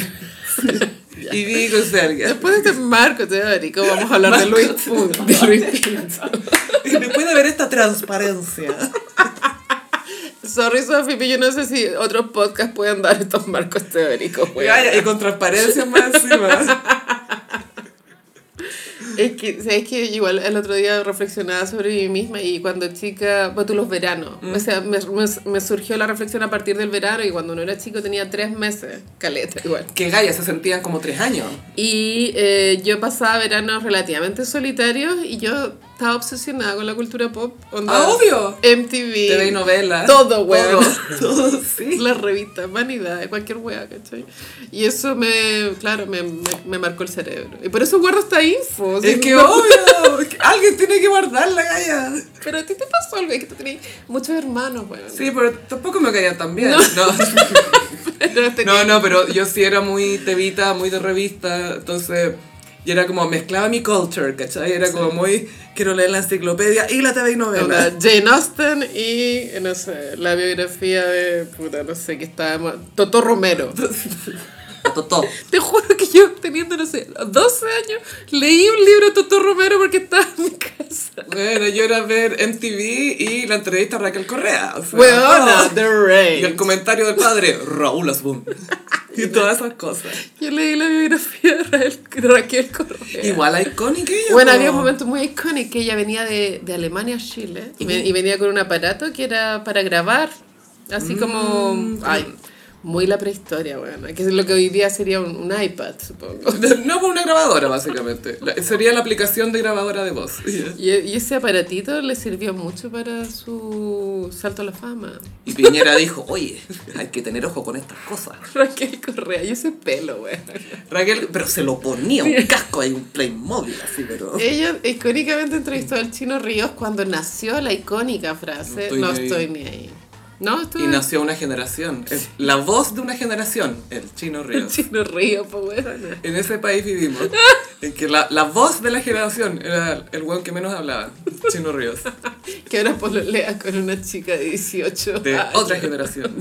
Y Vigo Serga.
Después de este marco teórico vamos a hablar de
Marco
Luis, Pun- de Luis Pinto.
Y después de ver esta transparencia.
Sorry, Sofi, pero yo no sé si otros podcasts pueden dar estos marcos teóricos. weón.
Vaya, y con transparencia más encima.
Es que, ¿sabes que Igual el otro día reflexionaba sobre mí misma y cuando chica, bueno, tú los veranos,
Mm.
o sea, me, me- me surgió la reflexión a partir del verano y cuando no era chico tenía tres meses, caleta igual.
Que Gaia se sentían como tres años.
Y eh, yo pasaba veranos relativamente solitarios y yo estaba obsesionada con la cultura pop. Onda,
¡Ah, obvio!
MTV.
TV y novelas.
Todo, weón.
Todo, todo, sí.
Las revistas, vanidad, cualquier weá, ¿cachai? Y eso me, claro, me, me, me marcó el cerebro. Y por eso guardo esta info.
Es
sí,
que
no-
obvio, que alguien tiene que guardar la galla.
Pero a ti te pasó algo, es que tú tenías muchos hermanos, weón.
Sí, pero tampoco me caían tan bien.
No.
No.
Pero
No,
tenía-
no, pero yo sí era muy tevita, muy de revista, entonces... Y era como, mezclaba mi culture, ¿cachai? Era como muy, quiero leer la enciclopedia y la TV y
Onda,
novela.
Jane Austen y, no sé, la biografía de, puta, no sé, que estaba... Totó Romero.
Totó.
Te juro que yo teniendo, no sé, 12 años, leí un libro de Totó Romero porque estaba en mi casa.
Bueno, yo era ver MTV y la entrevista a Raquel Correa. o sea,
Weona,
oh.
The
Y el
Rain.
comentario del padre, Raúl Asbun. Y todas esas cosas.
Yo leí la biografía de Raquel, Raquel Correa.
Igual icónica ella.
Bueno,
po.
había un momento muy icónico que ella venía de, de Alemania a Chile y, ve- y venía con un aparato que era para grabar, así
Mm,
como... Ay, muy la prehistoria, bueno, que es lo que hoy día sería un, un iPad, supongo.
No por una grabadora, básicamente. La- sería la aplicación de grabadora de voz.
Y, y ese aparatito le sirvió mucho para su salto a la fama.
Y Piñera dijo, oye, hay que tener ojo con estas cosas.
Raquel Correa y ese pelo, weón.
Raquel, pero se lo ponía un casco ahí, un Playmobil así, pero...
Ella icónicamente entrevistó al Chino Ríos cuando nació la icónica frase
No
No
estoy ni
estoy ni ahí. No, estuve...
Y nació una generación, es la voz de una generación, el Chino
El
Ríos.
Chino Ríos, pues, weón.
En ese país vivimos, en que la, la voz de la generación era el weón que menos hablaba, Chino Ríos,
Que ahora pololea con una chica de 18
de
años.
otra generación.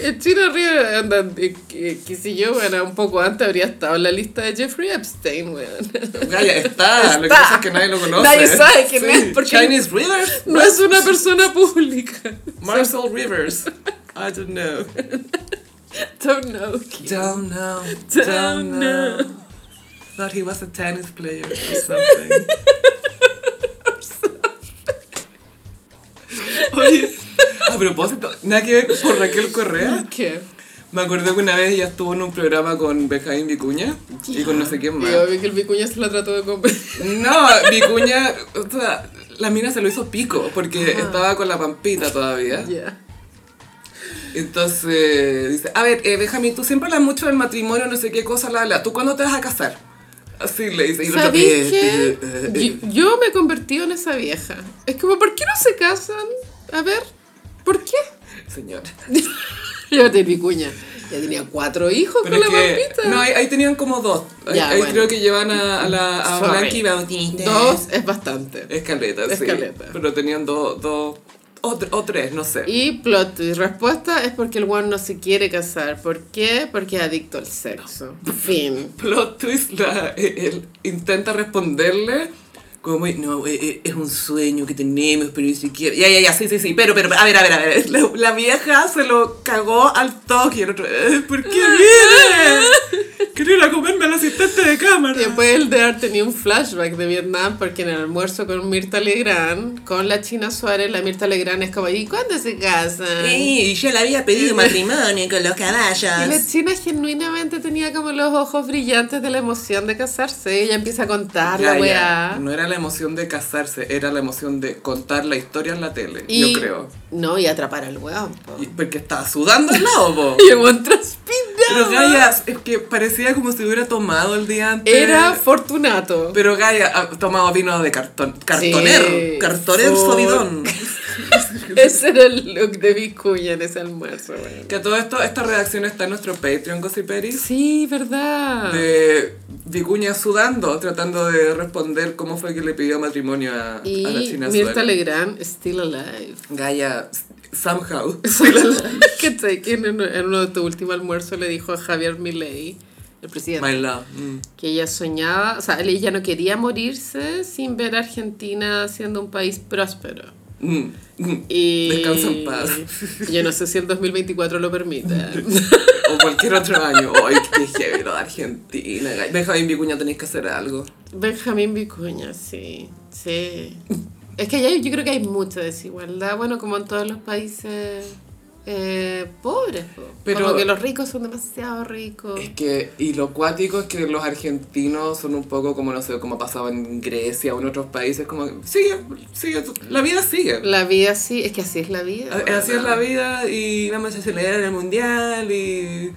El Chino Ríos, anda, eh, que, que si yo, bueno, un poco antes habría estado en la lista de Jeffrey Epstein, weón.
Gaya, está, lo que
Está.
pasa es que nadie lo conoce.
Nadie sabe quién es, porque-
Chinese Rivers,
No es una persona pública.
Marcel Rivers, I don't know.
Don't know.
Don't know,
Don't
don't know.
know.
Thought he was a tennis player or something. Oye, a propósito, nada que ver por Raquel Correa.
¿Qué?
Me acuerdo que una vez ella estuvo en un programa con Benjamín Vicuña y con no sé quién más.
Y obvio que el Vicuña se la trató de convencer.
No, Vicuña, o sea, la mina se lo hizo pico porque estaba con la pampita todavía.
Ya.
Entonces dice, a ver, eh, Benjamín, tú siempre hablas mucho del matrimonio, no sé qué cosa, la, la. ¿Tú cuándo te vas a casar? Así le dice. Y el otro,
¿Sabéis
eh,
qué?
eh, eh, eh.
Yo, yo me he convertido en esa vieja. Es como, ¿por qué no se casan? A ver, ¿por qué?
eh, Señora.
Yo te picuña. Ya tenía cuatro hijos
Pero
con
es
la
que-
papita.
No, ahí, ahí tenían como dos. Ahí,
Ya,
ahí
bueno.
creo que llevan a, a la a
Sorry.
Blanqui Bautista.
Dos es bastante.
Escaleta, sí.
Escaleta.
Pero tenían dos, dos, o, tre- o tres, no sé.
Y plot twist. Respuesta es porque el one no se quiere casar. ¿Por qué? Porque es adicto al sexo. Fin.
Plot twist, la- eh, él intenta responderle como, muy, no, eh, eh, es un sueño que tenemos, pero ni siquiera... Ya, ya, ya, sí, sí, sí, pero, pero, a ver, a ver, a ver. La, la vieja se lo cagó al toque y el otro, eh, ¿por qué
Ah.
viene? Quiero ir a comerme al asistente de cámara.
Y Después el Dear tenía un flashback de Vietnam porque en el almuerzo con Mirta Legrand, con la China Suárez, la Mirta Legrand es como, ¿y cuándo se casan?
y yo le había pedido matrimonio con los
Y la
caballos.
China genuinamente tenía como los ojos brillantes de la emoción de casarse. Ella empieza a contar la weá.
No era la emoción de casarse, era la emoción de contar la historia en la tele,
Y-
yo creo.
No, y atrapar al weón. po.
Y- porque estaba sudando al lado, po.
Y el weón transpiraba.
Pero Gaia, es que parecía como si hubiera tomado el día antes.
Era Fortunato.
Pero Gaia ah, tomaba vino de cartón. Cartoner.
Sí.
cartoner
Por-
solidón.
Ese era el look de Vicuña en ese almuerzo, weón.
Que todo esto, esta redacción está en nuestro Patreon, Gossiperis.
Sí, verdad.
de Vicuña sudando, tratando de responder cómo fue que le pidió matrimonio a, a la
Y
China
Mirta
Suárez.
Legrand, still alive.
Gaia, s- somehow.
¿Cachai? Que en, en uno de tu último almuerzo le dijo a Javier Milei, el presidente,
My love. mm.
que ella soñaba, o sea, ella no quería morirse sin ver a Argentina siendo un país próspero.
Mm, mm.
Y
Descansa en paz.
Yo no sé si el 2024 lo permita.
O cualquier otro año. Ay, qué heavy lo de Argentina. Gaia. Benjamín Vicuña, tenéis que hacer algo.
Benjamín Vicuña, sí, sí. Es que ya yo creo que hay mucha desigualdad, bueno, como en todos los países eh, pobres. po.
Pero-
Como que los ricos son demasiado ricos.
Es que, y lo cuático es que los argentinos son un poco como, no sé, como pasaba en Grecia o en otros países, como, que sigue, sigue, la vida sigue.
La vida sí, es que así es la vida.
A- Así es la
vida.
vida y vamos a celebrar el mundial y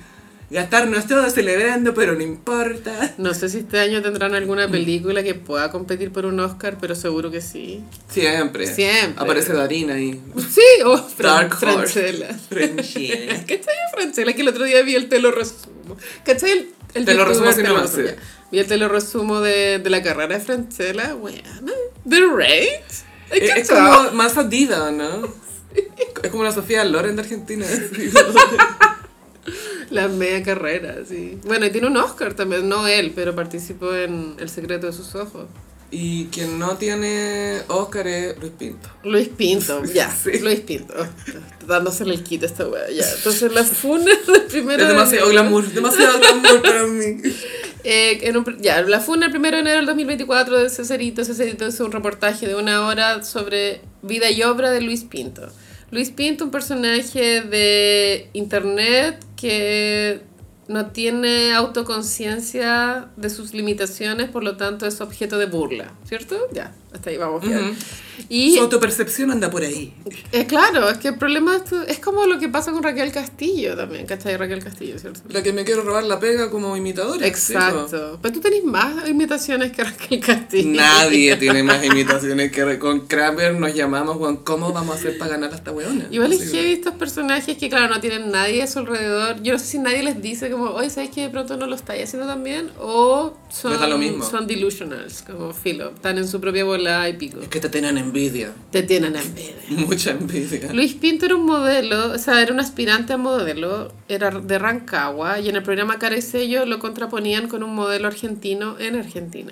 gastarnos todos celebrando, pero no importa.
No sé si este año tendrán
Mm.
alguna película que pueda competir por un Oscar, pero seguro que sí.
Siempre.
Siempre.
Aparece Darina ahí.
Sí, o Fran-
Dark Horse.
Franchella.
Franchella.
¿Cachai a Franchella? Que el otro día vi el te lo resumo. ¿Cachai el, el
Te lo
youtuber
resumo sin
te lo
avance.
resumo, ya. Vi el te lo resumo de, de la carrera de Franchella, weana. The Rate.
Es, es como más Adidas, ¿no? Es como la Sofía Loren de Argentina.
La media carrera, sí. Bueno, y tiene un Oscar también, no él, pero participó en El secreto de sus ojos.
y quien no tiene Oscar es Luis Pinto.
Luis Pinto, ya.
Sí.
Luis Pinto. Dándosele el quito a esta wea, ya. Entonces la funa del primero
es demasiado
de enero.
glamour, demasiado glamour para mí.
Eh, en un pr- ya, la funa el primero de enero del 2024 de Cecerito. Cecerito es un reportaje de una hora sobre vida y obra de Luis Pinto. Luis Pinto, un personaje de internet que no tiene autoconciencia de sus limitaciones, por lo tanto es objeto de burla, ¿cierto? Ya, hasta ahí vamos. bien.
Ujú.
Y
Su autopercepción anda por ahí.
eh, claro, es que el problema es, tu- es como lo que pasa con Raquel Castillo también, ¿cachai? Raquel Castillo, ¿cierto?
La que me quiero robar la pega como imitadora. ¿sí, po?
Exacto. Pero tú tenés más imitaciones que Raquel Castillo.
Nadie tiene más imitaciones que re- con Kramer nos llamamos, Juan, ¿cómo vamos a hacer para ganar a esta weona?
Igual
Así
es
que-
heavy estos personajes que, claro, no tienen nadie a su alrededor. Yo no sé si nadie les dice como, oye, ¿sabes que de pronto no lo estáis haciendo también? O
Les da
son,
lo mismo.
son delusionals, como filo. Están en su propia bola y pico.
Es que te tienen envidia,
Te tienen envidia.
mucha envidia.
Luis Pinto era un modelo, o sea, era un aspirante a modelo, era de Rancagua, y en el programa Cara y Sello lo contraponían con un modelo argentino en Argentina.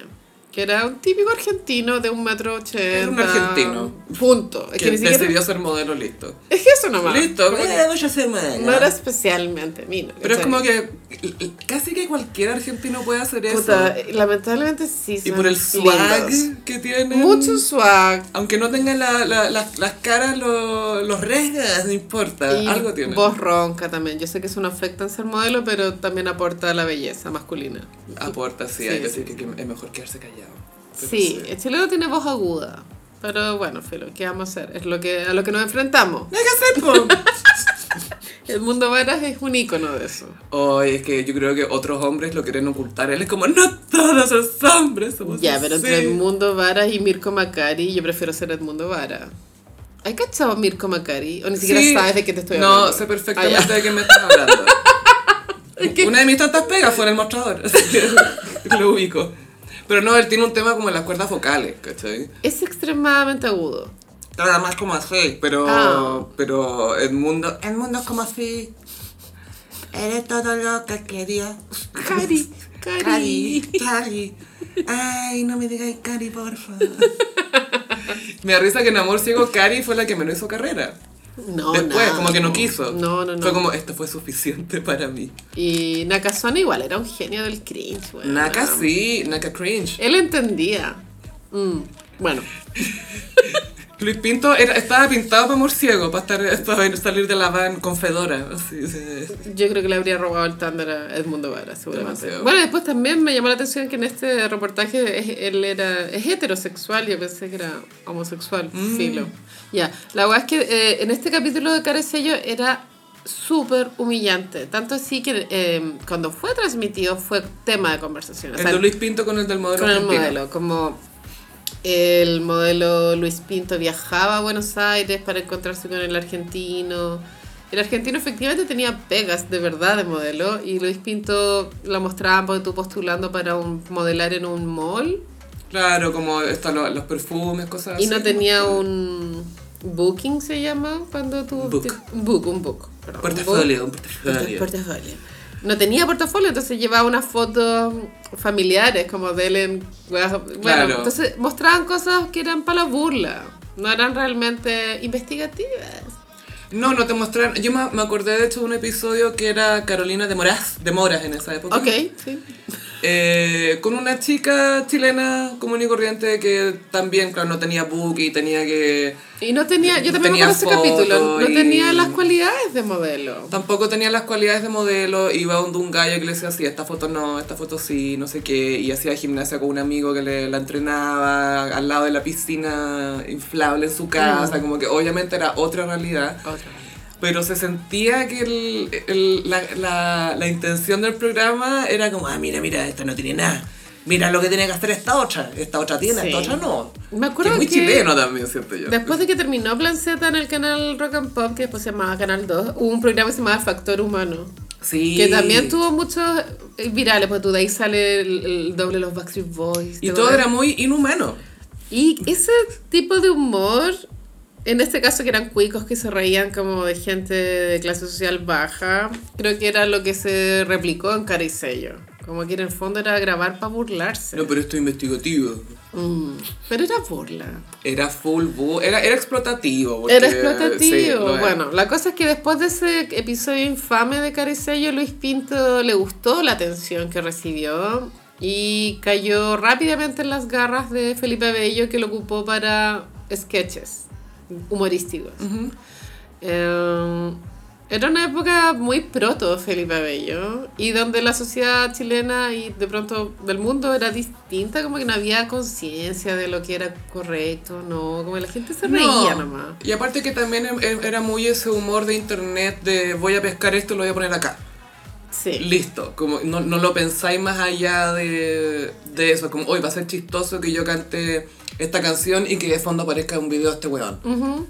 Que era un típico argentino de un metro ochenta.
Era un argentino.
Punto. Es
Que
que ni siquiera-
decidió ser modelo listo.
Es que eso nomás.
Listo,
Como que
eh, voy a ser modelo.
no era especialmente mío.
Pero es como que l- l- casi que cualquier argentino puede hacer
Puta,
eso.
lamentablemente sí
Y
son
por el swag mm,
lindos.
que tienen.
Mucho swag.
Aunque no tengan la- la- las- las caras, lo- los resgas, no importa.
Y
algo tienen.
voz ronca también. Yo sé que eso no afecta en ser modelo, pero también aporta a la belleza masculina.
Aporta, sí,
Sí,
hay que
sí.
decir que- que es mejor quedarse callado. Pero
Sí, el chileno tiene voz aguda. Pero bueno, Filo, ¿qué vamos a hacer? Es lo que, a lo que nos enfrentamos.
No hay que hacer, po.
El mundo varas es un ícono de eso.
Ay, es que yo creo que otros hombres lo quieren ocultar. Él es como, no todos los hombres somos
Ya, pero entre
así".
Edmundo Varas y Mirko Macari, yo prefiero ser Edmundo Vara. ¿Hay cachado a Mirko Macari? O ni siquiera
Sí.
sabes de qué te estoy
No,
hablando.
sé
Ah,
perfectamente
ya.
de qué me estás hablando.
Es que-
Una de mis tantas pegas fue en el mostrador. así que lo ubico. Pero no, él tiene un tema como en las cuerdas vocales, ¿cachai?
Es extremadamente agudo.
Nada más como así, pero,
Ah.
pero Edmundo... Edmundo es como así. Eres todo lo que quería.
Cari, Cari.
Cari. Ay, no me digáis Cari, por favor. me da risa que en Amor Ciego Cari fue la que menos hizo carrera.
No,
Después,
nada,
como que Oh, no quiso.
No, no, no.
Fue como, esto fue suficiente para mí.
Y Nakasone igual era un genio del cringe, weón.
Naka sí, Naka cringe.
Él entendía. Mm, bueno,
Luis Pinto era- estaba pintado para Amor Ciego, para, estar, para salir de la van con Fedora. así, sí.
yo creo que le habría robado el tándar a Edmundo Vara, seguramente.
Demasiado.
Bueno, después también me llamó la atención que en este reportaje es- él era es heterosexual, yo pensé que era homosexual,
Mm.
filo. Ya, la verdad es que eh, en este capítulo de Carecello era súper humillante, tanto así que eh, cuando fue transmitido fue tema de conversación. O
El
sea,
de Luis Pinto con el del modelo
con el
argentino.
modelo, como el modelo Luis Pinto viajaba a Buenos Aires para encontrarse con el argentino. El argentino efectivamente tenía pegas de verdad de modelo y Luis Pinto la mostraba porque tú postulando para un modelar en un mall
Claro, como están lo- los perfumes, cosas
y no
así.
tenía un booking se llama cuando tú
Book.
te- un book, un book, perdón, un book.
Portafolio, un
Porta-
portafolio.
portafolio. No tenía portafolio, entonces llevaba unas fotos familiares como de él en- Bueno,
Claro.
entonces mostraban cosas que eran para la burla, no eran realmente investigativas.
No, no te mostraron. Yo me, me acordé de hecho de un episodio que era Carolina de Moras, de Moras en esa época.
Ok, sí.
eh, con una chica chilena común y corriente que también, claro, no tenía book y tenía que...
Y no tenía, yo también
Tenía
me acuerdo ese
foto
capítulo, no
y-
tenía las cualidades de modelo.
Tampoco tenía las cualidades de modelo, iba donde un gallo que le decía así, esta foto no, esta foto sí, no sé qué, y hacía gimnasia con un amigo que le, la entrenaba al lado de la piscina inflable en su casa, como que obviamente era otra realidad. pero se sentía que el- el- la, la- la intención del programa era como, ah, mira, mira, esta no tiene nada. Mira lo que tiene que hacer esta otra. Esta otra tiene,
Sí.
esta otra no.
Me acuerdo
que es muy
que-
chileno también, siento yo.
Después de que terminó Plan Z en el canal Rock and Pop, que después se llamaba Canal 2, hubo un programa que se llamaba Factor Humano.
sí.
Que también tuvo muchos eh, virales, pues tú de ahí sale el, el doble de los Backstreet Boys.
Y
de
todo
verdad.
era muy inhumano.
Y ese tipo de humor, en este caso que eran cuicos que se reían como de gente de clase social baja, creo que era lo que se replicó en Cara y Sello. Como que en el fondo era grabar para burlarse.
No, pero esto es investigativo.
Mm, pero era burla.
Era full bu era, era explotativo. porque-
Era explotativo.
sí, lo era.
bueno, la cosa es que después de ese episodio infame de Caricello, Luis Pinto le gustó la atención que recibió y cayó rápidamente en las garras de Felipe Bello, que lo ocupó para sketches humorísticos.
Ujú.
Eh, era una época muy proto Felipe Bello y donde la sociedad chilena y de pronto del mundo era distinta, como que no había conciencia de lo que era correcto, no, como la gente se reía
No.
nomás.
Y aparte que también em- em- era muy ese humor de internet de voy a pescar esto y lo voy a poner acá.
Sí.
listo, como no, no lo pensáis más allá de, de eso, como hoy va a ser chistoso que yo cante esta canción y que de fondo aparezca un video de este weón.
Ujú.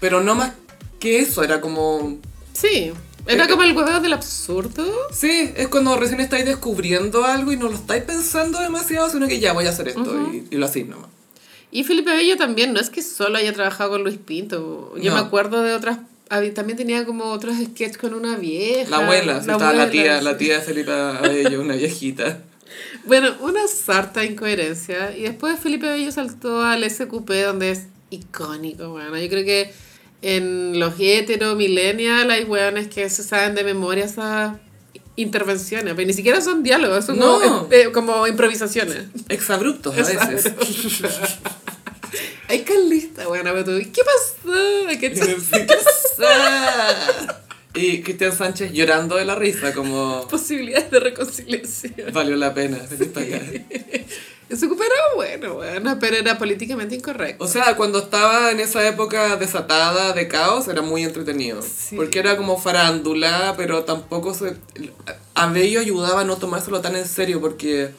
Pero no más que eso, era como...
Sí. Era
Eh,
como el hueveo del absurdo.
Sí, es cuando recién estáis descubriendo algo y no lo estáis pensando demasiado, sino que ya voy a hacer esto y, y lo hacéis nomás.
Y Felipe Bello también, no es que solo haya trabajado con Luis Pinto. Yo
No.
me acuerdo de otras. hab- También tenía como otros sketches con una vieja.
La abuela, sí, estaba la
abuela,
tía,
sí.
la tía de Felipe Abello, una viejita.
Bueno, una sarta de incoherencia. Y después Felipe Bello saltó al SQP, donde es icónico, bueno. Yo creo que en los hetero millennial hay weones que se saben de memoria esas intervenciones. Pero ni siquiera son diálogos, son
No.
como, eh, como improvisaciones.
Exabruptos a veces.
Ay, Carlita, bueno, pero tú, ¿qué pasó? ¿Qué
Y me fui, ¿qué pasa? Y Cristian Sánchez llorando de la risa, como...
posibilidades de reconciliación?
Valió la pena venir para acá.
Eso era bueno, bueno, pero era políticamente incorrecto.
O sea, cuando estaba en esa época desatada de caos, era muy entretenido.
Sí.
Porque era como farándula, pero tampoco se... A Bello ayudaba a no tomárselo tan en serio, porque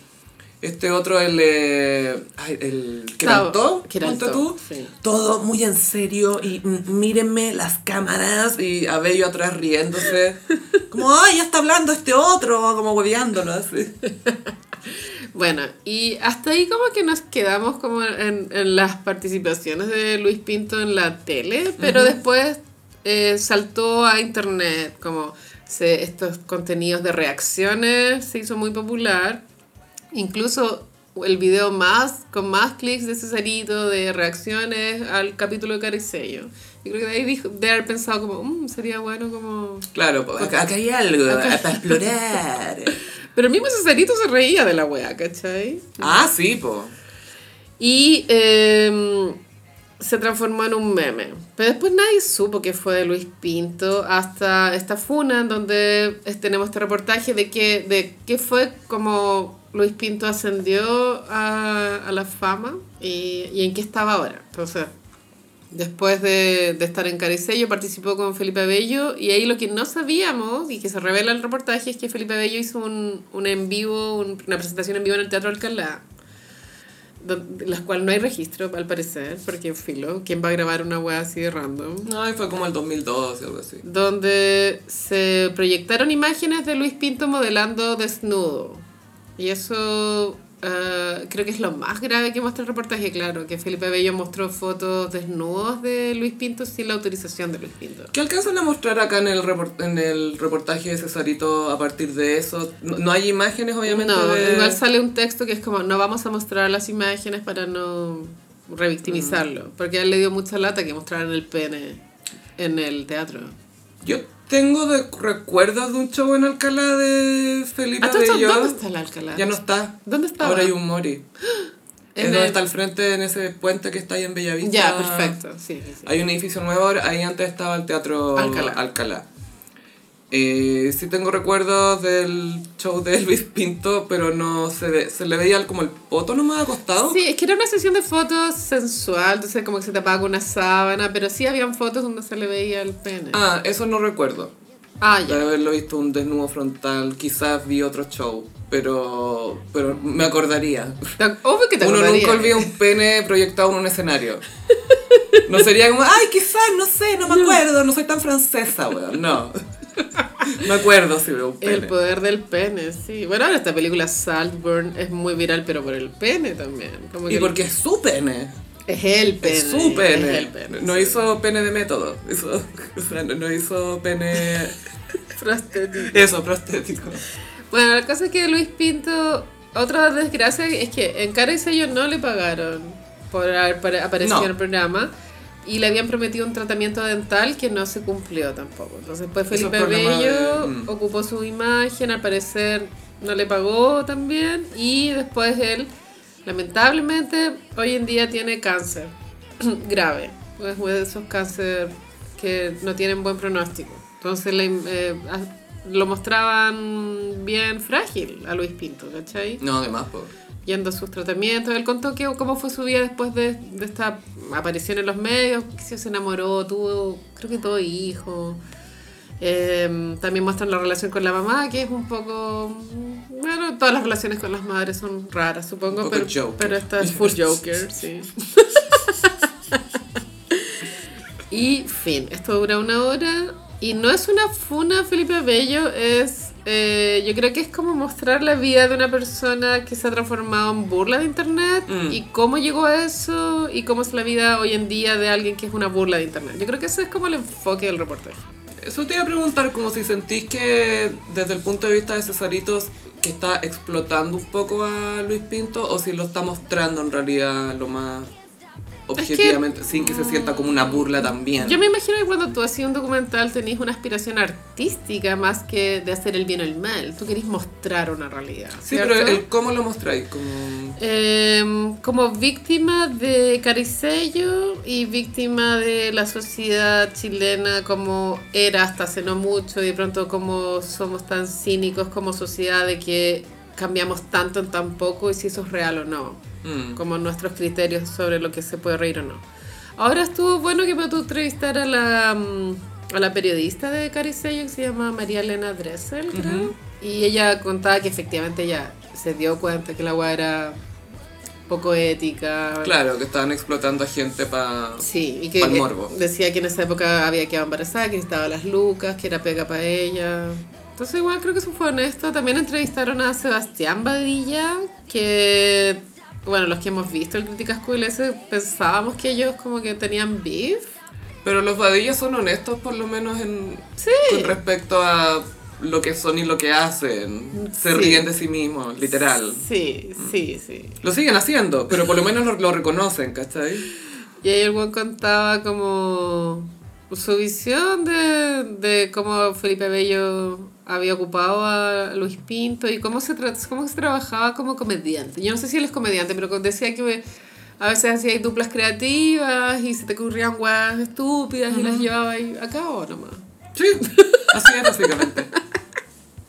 este otro, el... eh, ay, el que
Sabo-
cantó,
Queraltó,
ponte tú,
sí.
todo muy en serio, y mm, mírenme las cámaras, y a Bello atrás riéndose. Como, ay, ya está hablando este otro, como hueveándolo, así.
Bueno, y hasta ahí como que nos quedamos como en, en las participaciones de Luis Pinto en la tele, pero después eh, saltó a internet, como se- estos contenidos de reacciones, se hizo muy popular. Incluso el video más con más clics de Cesarito de reacciones al capítulo de Caricello. Yo creo que de ahí dijo, de haber pensado como, "Mm, sería bueno como...
Claro, po, acá, acá hay algo para explorar.
Pero el mismo Cesarito se reía de la wea, ¿cachai?
Ah, sí, po.
Y eh, se transformó en un meme. Pero después nadie supo que fue de Luis Pinto hasta esta funa en donde es- tenemos este reportaje de que, de que fue como Luis Pinto ascendió a, a la fama y, y en qué estaba ahora. Entonces, después de, de estar en Caricello, participó con Felipe Bello y ahí lo que no sabíamos y que se revela en el reportaje es que Felipe Bello hizo un, un en vivo, un- una presentación en vivo en el Teatro Alcalá de las cuales no hay registro, al parecer, porque filo, ¿quién va a grabar una web así de random?
No, fue como el 2012 o algo así.
Donde se proyectaron imágenes de Luis Pinto modelando desnudo. Y eso eh, creo que es lo más grave que muestra el reportaje, claro, que Felipe Bello mostró fotos desnudos de Luis Pinto sin la autorización de Luis Pinto.
¿Qué alcanzan a mostrar acá en el, report- en el reportaje de Cesarito a partir de eso? No, no hay imágenes, obviamente.
No,
de-
igual sale un texto que es como, no vamos a mostrar las imágenes para no
Mm.
revictimizarlo, porque a él le dio mucha lata que mostraran el pene en el teatro.
Yo Tengo de- recuerdos de un show en Alcalá de Felipe
¿A todo esto,
Abelló.
Ah, ¿Dónde está el Alcalá?
Ya no está.
¿Dónde está?
Ahora hay un Mori. Es
En
donde
el-
está al frente, en ese puente que está ahí en Bellavista.
Ya, perfecto. Sí, sí, sí.
Hay un edificio nuevo, ahora, ahí antes estaba el Teatro
Alcalá.
Alcalá. Eh, sí tengo recuerdos del show de Elvis Pinto, pero no se, ve- se le veía como el poto nomás acostado.
Sí, es que era una sesión de fotos sensual, entonces como que se tapaba con una sábana, pero sí habían fotos donde se le veía el pene. Ah,
Ah, eso no recuerdo. De
ya.
haberlo visto un desnudo frontal, quizás vi otro show, pero, pero me acordaría.
Te- Obvio que te
Uno
acordarías.
nunca olvida un pene proyectado en un escenario. No sería como, ay, quizás, no sé, no me acuerdo, no soy tan francesa, weón. No. Me acuerdo si veo un pene.
El poder del pene, sí. Bueno, ahora esta película Saltburn es muy viral, pero por el pene también. Como que
Y porque es su pene.
es el pene.
es su pene.
es el pene,
no
sí.
hizo pene de método. Hizo, o sea, no, no hizo pene.
Prostético.
Eso, prostético.
Bueno, la cosa es que Luis Pinto, otra desgracia es que en cara y sello no le pagaron por haber pare- aparecido
No.
en el programa y le habían prometido un tratamiento dental que no se cumplió tampoco. Entonces, pues
Eso es
Felipe
problema
Bello
de- mm.
ocupó su imagen, al parecer no le pagó también y después él, lamentablemente, hoy en día tiene cáncer grave. Es uno de esos cánceres que no tienen buen pronóstico. Entonces le, eh, a- lo mostraban bien frágil a Luis Pinto, ¿cachai?
No, además, po.
Yendo a sus tratamientos. Él contó que, cómo fue su vida después de, de esta aparición en los medios. Que se enamoró, tuvo, creo que todo hijo. Eh, también muestran la relación con la mamá, que es un poco... Bueno, todas las relaciones con las madres son raras, supongo,
Un poco
pero,
Joker.
pero esta es full Joker, sí. Y fin, esto dura una hora. Y no es una funa, Felipe Bello, es. eh, yo creo que es como mostrar la vida de una persona que se ha transformado en burla de internet
Mm.
y cómo llegó a eso y cómo es la vida hoy en día de alguien que es una burla de internet. Yo creo que ese es como el enfoque del reportaje.
Eso te iba a preguntar, como si sentís que desde el punto de vista de Cesaritos que está explotando un poco a Luis Pinto o si lo está mostrando en realidad lo más objetivamente, sin que se sienta como una burla también.
mm, Yo me imagino que cuando tú hacías un documental tenías una aspiración artística más que de hacer el bien o el mal. Tú querés mostrar una realidad.
Sí,
¿cierto?
pero el cómo lo mostráis, como...
Em, como víctima de Caricello y víctima de la sociedad chilena como era hasta hace no mucho y de pronto como somos tan cínicos como sociedad de que cambiamos tanto en tan poco y si eso es real o no,
mm.
como nuestros criterios sobre lo que se puede reír o no. Ahora estuvo bueno que me tú entrevistar a la, mm, a la periodista de Caricello que se llama María Elena Dressel, creo.
Ujú.
Y ella contaba que efectivamente ella se dio cuenta que la agua era poco ética.
Claro, que estaban explotando a gente para...
Sí, y que
Pa'l
eh,
morbo.
decía que en esa época había quedado embarazada, que necesitaba las lucas, que era pega para ella. Entonces igual creo que eso fue honesto. También entrevistaron a Sebastián Badilla, que, bueno, los que hemos visto el Críticas QLS pensábamos que ellos como que tenían beef.
Pero los vadillas son honestos por lo menos en...
Sí.
con respecto a lo que son y lo que hacen. Se
Sí.
ríen de sí mismos, literal.
Sí,
Mm.
sí, sí.
Lo siguen haciendo, pero por lo menos lo, lo reconocen, ¿cachai?
Y ahí el buen contaba como su visión de, de cómo Felipe Bello había ocupado a Luis Pinto y cómo se, tra- cómo se trabajaba como comediante. Yo no sé si él es comediante, pero con- decía que a veces hacía ahí duplas creativas y se te ocurrían guadas estúpidas y las llevaba ahí a cabo nomás.
Sí, así es básicamente.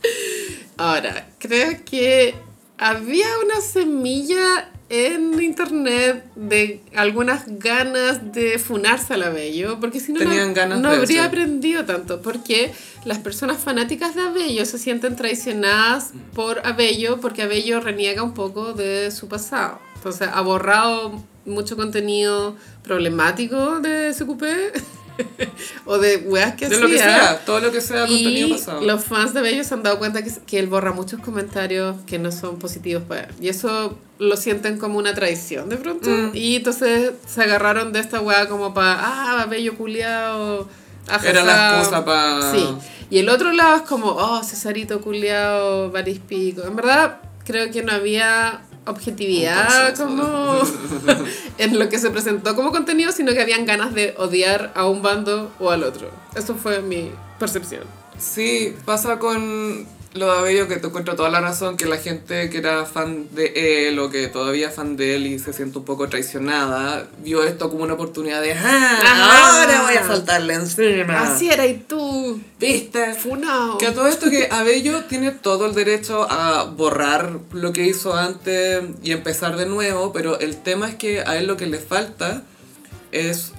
Ahora, creo que había una semilla en internet de algunas ganas de funarse a la Bello, porque si no,
Tenían
no,
ganas
no
de
habría
eso.
aprendido tanto, porque las personas fanáticas de Abello se sienten traicionadas por Abello, porque Abello reniega un poco de su pasado. Entonces, ha borrado mucho contenido problemático de su coupé o de weas que
De lo que
hacía.
sea, todo lo que sea contenido
Y
pasado.
los fans de Bello se han dado cuenta que, que él borra muchos comentarios que no son positivos para él. Y eso lo sienten como una traición de pronto.
Mm.
Y entonces se agarraron de esta weá como para, ah, Bello culiao. ajaja".
Era la excusa para...
Sí. Y el otro lado es como, oh, Cesarito culiao, Baris Pico. En verdad, creo que no había objetividad
Un
como en lo que se presentó como contenido, sino que habían ganas de odiar a un bando o al otro. Eso fue mi percepción.
Sí, pasa con lo de Abello que te encuentro toda la razón, que la gente que era fan de él o que todavía es fan de él y se siente un poco traicionada, vio esto como una oportunidad de ¡Ah,
Ajá.
ahora voy a saltarle encima.
Así era y tú.
¿Viste?
Funao.
Que a todo esto que Abello tiene todo el derecho a borrar lo que hizo antes y empezar de nuevo, pero el tema es que a él lo que le falta es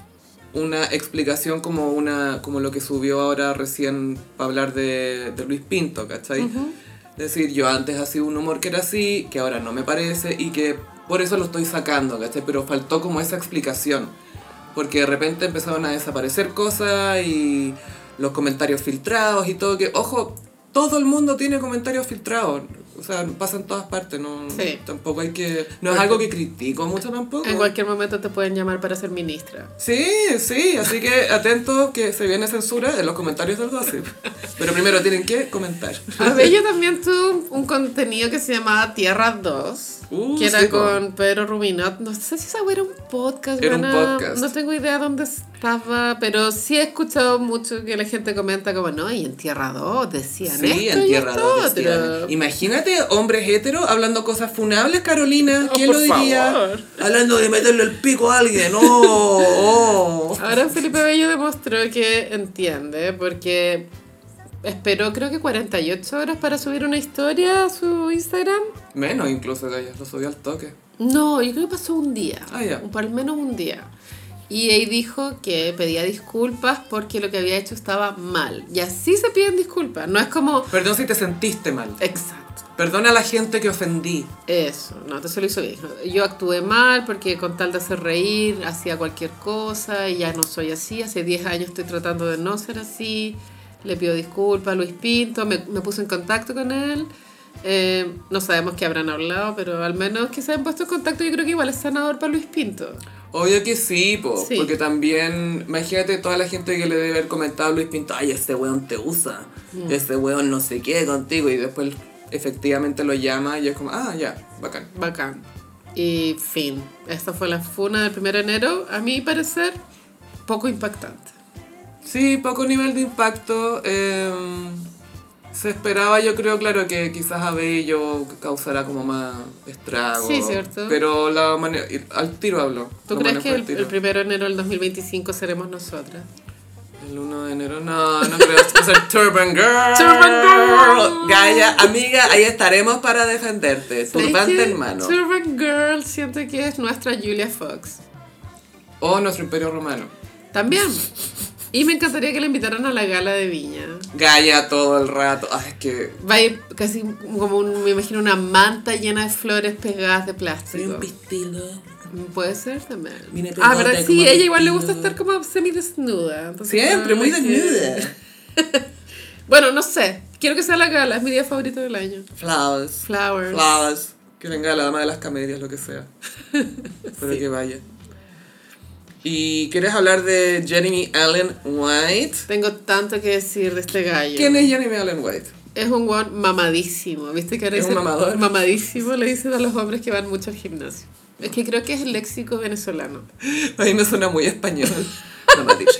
una explicación como una como lo que subió ahora recién para hablar de, de Luis Pinto, ¿cachai? Es decir, yo antes hacía un humor que era así, que ahora no me parece y que por eso lo estoy sacando, ¿cachai? Pero faltó como esa explicación, porque de repente empezaron a desaparecer cosas y los comentarios filtrados y todo, que ojo, todo el mundo tiene comentarios filtrados. O sea, pasa en todas partes, no
Sí.
tampoco hay que no es algo que critico mucho tampoco.
En cualquier momento te pueden llamar para ser ministra.
Sí, sí, así que atento que se viene censura en los comentarios del gossip. Pero primero tienen que comentar.
Abello también tuvo un contenido que se llamaba Tierra 2,
Uh,
que era
sí, po.
con Pedro Rubinot. No sé si esa wea era un podcast,
Era un
weona.
podcast.
No tengo idea dónde estaba, pero sí he escuchado mucho que la gente comenta como, no, y en Tierra 2 decían
Sí,
esto
en
y
tierra
esto
dos
otro".
decían. Imagínate hombres heteros hablando cosas funables, Carolina.
Oh,
¿Quién
por
lo diría?
favor.
Hablando de meterle el pico a alguien. No. oh.
Ahora Felipe Bello demostró que entiende, porque esperó creo que 48 horas para subir una historia a su Instagram.
Menos incluso que ella lo subió al toque.
No, yo creo que pasó un día,
Ah, ya.
un- por al menos un día. Y ahí dijo que pedía disculpas porque lo que había hecho estaba mal. Y así se piden disculpas, no es como...
Perdón si te sentiste mal.
Exacto.
Perdona a la gente que ofendí.
Eso, no, entonces lo hizo bien. Yo actué mal porque con tal de hacer reír hacía cualquier cosa y ya no soy así. Hace 10 años estoy tratando de no ser así. Le pido disculpas a Luis Pinto, me, me puse en contacto con él. Eh, no sabemos qué habrán hablado, pero al menos que se han puesto en contacto yo creo que igual es sanador para Luis Pinto.
Obvio que sí, po,
Sí.
porque también, imagínate toda la gente que le debe haber comentado a Luis Pinto, ay, ese weón te usa, ese weón no se quede contigo, y después efectivamente lo llama y es como, ah, ya, bacán.
Bacán. Y fin. Esta fue la funa del 1 de enero. A mi parecer, poco impactante.
Sí, poco nivel de impacto. eh, se esperaba, yo creo, claro, que quizás Abello causara como más estrago.
Sí, cierto.
Pero la mane- al tiro habló.
¿Tú
lo
crees
manejó
que
al
el,
tiro.
el 1 de enero del 2025 seremos nosotras?
El 1 de enero, no, no creo. O sea, Turban Girl.
Turban Girl.
Gaia, amiga, ahí estaremos para defenderte. Turbante
Es que
hermano.
Turban Girl siento que es nuestra Julia Fox.
O nuestro imperio romano.
También. Y me encantaría que la invitaran a la gala de Viña.
Gaia todo el rato. Ay, es que.
Va a ir casi como, un- me imagino, una manta llena de flores pegadas de plástico.
pistilo.
Puede ser también.
Mira, tu
Ah,
bota
pero
como
sí, ella igual le
vestido.
gusta estar como semi desnuda.
Siempre, muy desnuda.
Bueno, no sé. Quiero que sea la gala, es mi día favorito del año.
Flowers.
Flowers.
Flowers. Que venga la dama de las camelias, lo que sea. Pero que vaya. ¿Y quieres hablar de Jeremy Allen White?
Tengo tanto que decir de este gallo.
¿Quién es Jeremy Allen White?
Es un guan mamadísimo, ¿viste? Que ahora
Es un
dicen-
mamador.
Mamadísimo le dicen a los hombres que van mucho al gimnasio. Es que creo que es el léxico venezolano.
A mí me suena muy español. No me digas.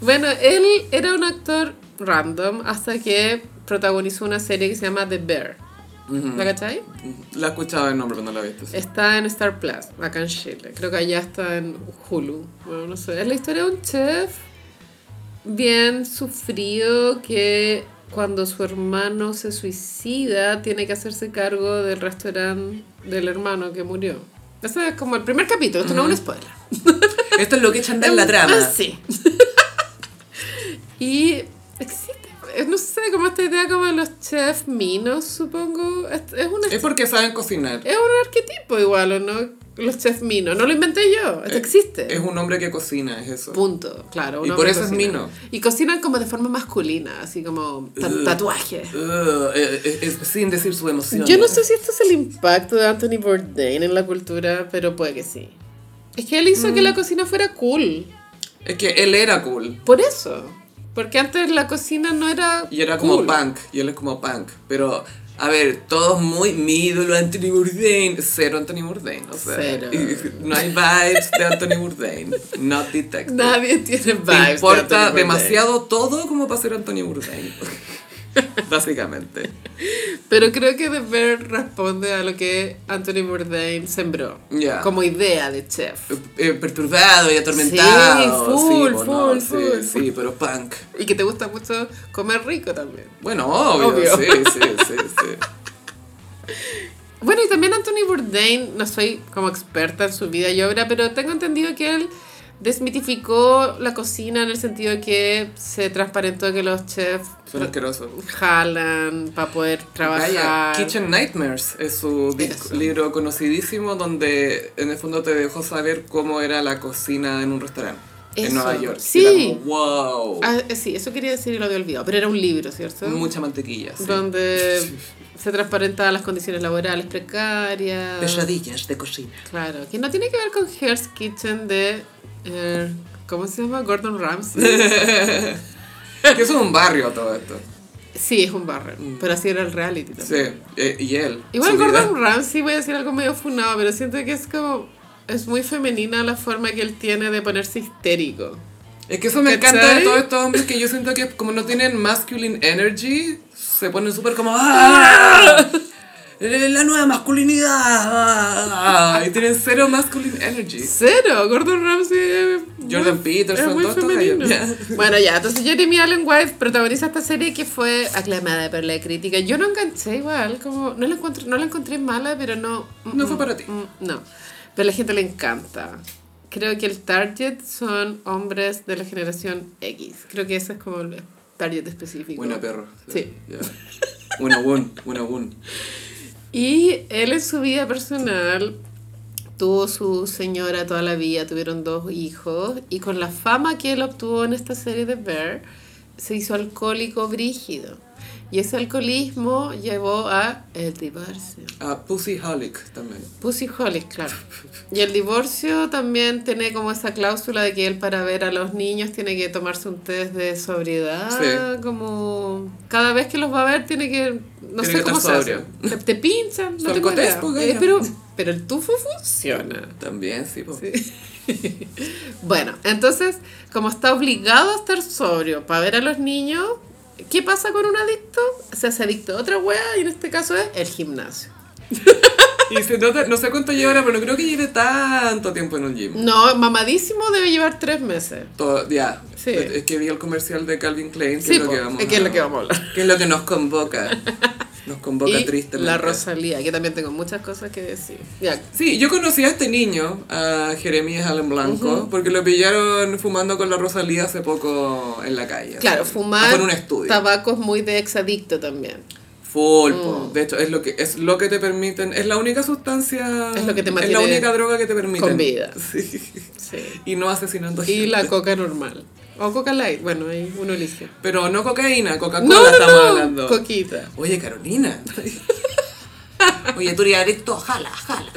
Bueno, él era un actor random hasta que protagonizó una serie que se llama The Bear.
Mm.
¿La cachai?
La he escuchado el nombre, pero no la he visto.
Está en Star Plus, acá en Chile. Creo que allá está en Hulu. Bueno, no sé. Es la historia de un chef bien sufrido que cuando su hermano se suicida tiene que hacerse cargo del restaurante del hermano que murió. Ese es como el primer capítulo, esto no es un spoiler.
Esto es lo que echan de la
Ah,
trama.
Sí. y existe, eh, no sé, como esta idea como de los chefs minos, supongo. Es, es una
Es porque saben cocinar.
es un arquetipo igual, ¿o no? Los chefs minos. No lo inventé yo.
Eh,
Esto existe.
Es un hombre que cocina, es eso.
Punto, claro. un
Y por
hombre
eso es
cocina.
mino. Uh.
Y cocinan como de forma masculina, así como ta-
Ugh.
tatuajes.
Ugh, eh, eh, es- sin decir su emoción.
Yo no sé si esto es el impacto de Anthony Bourdain en la cultura, pero puede que sí. Es que él hizo
Mm.
que la cocina fuera cool.
Es que él era cool.
Por eso. Porque antes la cocina no era.
Y era como
cool.
punk. Y él es como punk. Pero A ver, todos muy mi ídolo Anthony Bourdain. Cero Anthony Bourdain, o sea.
Cero.
y- no hay vibes de Anthony Bourdain. Not detected.
Nadie tiene vibes.
Te
de Anthony
importa
Bourdain.
demasiado todo como para ser Anthony Bourdain. Básicamente.
Pero creo que The Bear responde a lo que Anthony Bourdain sembró.
Ya.
Como idea de chef.
Eh, perturbado y atormentado.
Sí, full,
Sí, bueno,
full,
sí,
full.
sí, pero punk.
Y que te gusta mucho comer rico también.
Bueno, obvio,
Obvio.
sí, sí, sí, sí.
Bueno, y también Anthony Bourdain, no soy como experta en su vida y obra, pero tengo entendido que él desmitificó la cocina en el sentido de que se transparentó que los chefs
Son asquerosos.
jalan para poder trabajar.
Vaya, Kitchen Nightmares es su disco-
Eso.
libro conocidísimo donde en el fondo te dejó saber cómo era la cocina en un restaurante en
Eso.
Nueva York. Y
Sí.
era como, wow.
Ah, eh, sí, eso quería decir y lo había olvidado, pero era un libro, ¿cierto?
Mucha mantequilla. sí.
Donde se transparentaban las condiciones laborales precarias.
Pesadillas de cocina.
Claro, que no tiene que ver con Hell's Kitchen de... eh, ¿Cómo se llama? Gordon Ramsay.
que eso es un barrio todo esto.
Sí, es un barrio, pero así era el reality
Sí.
también.
eh, y él.
Igual
su vida.
Gordon Ramsay, voy a decir algo medio funado, pero siento que es como... Es muy femenina la forma que él tiene de ponerse histérico.
Es que eso me
¿Cachai?
encanta de todos estos hombres que yo siento que como no tienen masculine energy, se ponen súper como ¡Ah! La nueva masculinidad. ¡Ah! Y tienen cero masculine energy.
Cero, Gordon Ramsay es
Jordan
muy-
Peterson,
es muy
todos estos
femenino.
gallos.
Bueno, ya, entonces Jeremy Allen White protagoniza esta serie que fue aclamada por la crítica. Yo no enganché igual, como no la encontré, no la encontré mala, pero no
No fue para ti.
mm, No. Pero a la gente le encanta. Creo que el target son hombres de la generación X. Creo que ese es como el target específico.
Buena perro.
Sí.
Ya. Buena buen, buena buen.
Y él en su vida personal tuvo su señora toda la vida, tuvieron dos hijos y con la fama que él obtuvo en esta serie de Bear, se hizo alcohólico brígido. Y ese alcoholismo llevó a el divorcio.
Ah, Pussyholic también.
Pussyholic, claro. Y el divorcio también tiene como esa cláusula de que él para ver a los niños tiene que tomarse un test de sobriedad,
Sí.
como cada vez que los va a ver tiene que no
Tiene
sé
que
cómo se
estar
hace. Te, te pinchan, no
Son pues,
tengo
cotes,
idea.
po,
Eh,
gallo.
pero pero el tufo funciona.
También, sí. po.
Bueno, entonces, como está obligado a estar sobrio para ver a los niños, ¿qué pasa con un adicto? Se hace adicto a otra wea y en este caso es el gimnasio.
Y se nota, no sé cuánto lleva ahora, pero no creo que lleve tanto tiempo en un gym.
No, mamadísimo debe llevar tres meses.
Todo- ya.
Mm. Sí.
Es que vi el comercial de Calvin Klein, que
Sí,
es lo
po,
que vamos
es que es lo que vamos a hablar.
Que es lo que nos convoca. Nos convoca
y
tristemente.
la Rosalía, que también tengo muchas cosas que decir. Ya,
Sí, yo conocí a este niño, a Jeremías Allen Blanco, porque lo pillaron fumando con la Rosalía hace poco en la calle.
claro,
así, Fue
fumar
en un estudio.
tabaco es muy de exadicto también.
Full, po.
Mm.
De hecho, es lo, que, es lo que te permiten. Es la única sustancia.
Es lo que te
Es la
mantiene
única droga que te permiten.
con vida.
Sí.
Sí.
Y no asesinando
Y
gente.
la coca normal. O coca light, bueno, ahí uno elige.
Pero no cocaína, Coca-Cola
No, no,
estamos
no,
hablando.
coquita.
Oye, Carolina. Oye, tú eres adicto, jala, jala.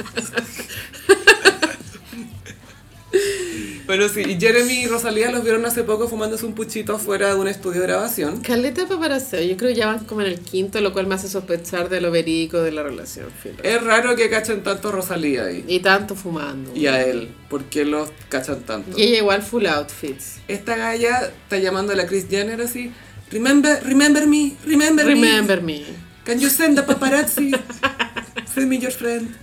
Pero sí, y Jeremy y Rosalía los vieron hace poco fumándose un puchito fuera de un estudio de grabación.
Caleta paparazzo, yo creo que ya van como en el quinto, lo cual me hace sospechar de lo verídico de la relación. filo.
Es raro que cachen tanto a Rosalía ahí.
Y tanto fumando.
Y a él. ¿Por qué los cachan tanto?
Y ella igual full outfits.
Esta galla está llamando a la Kris Jenner así. Remember, remember me, remember,
Remember me.
me. Can you send the paparazzi? Send me your friend.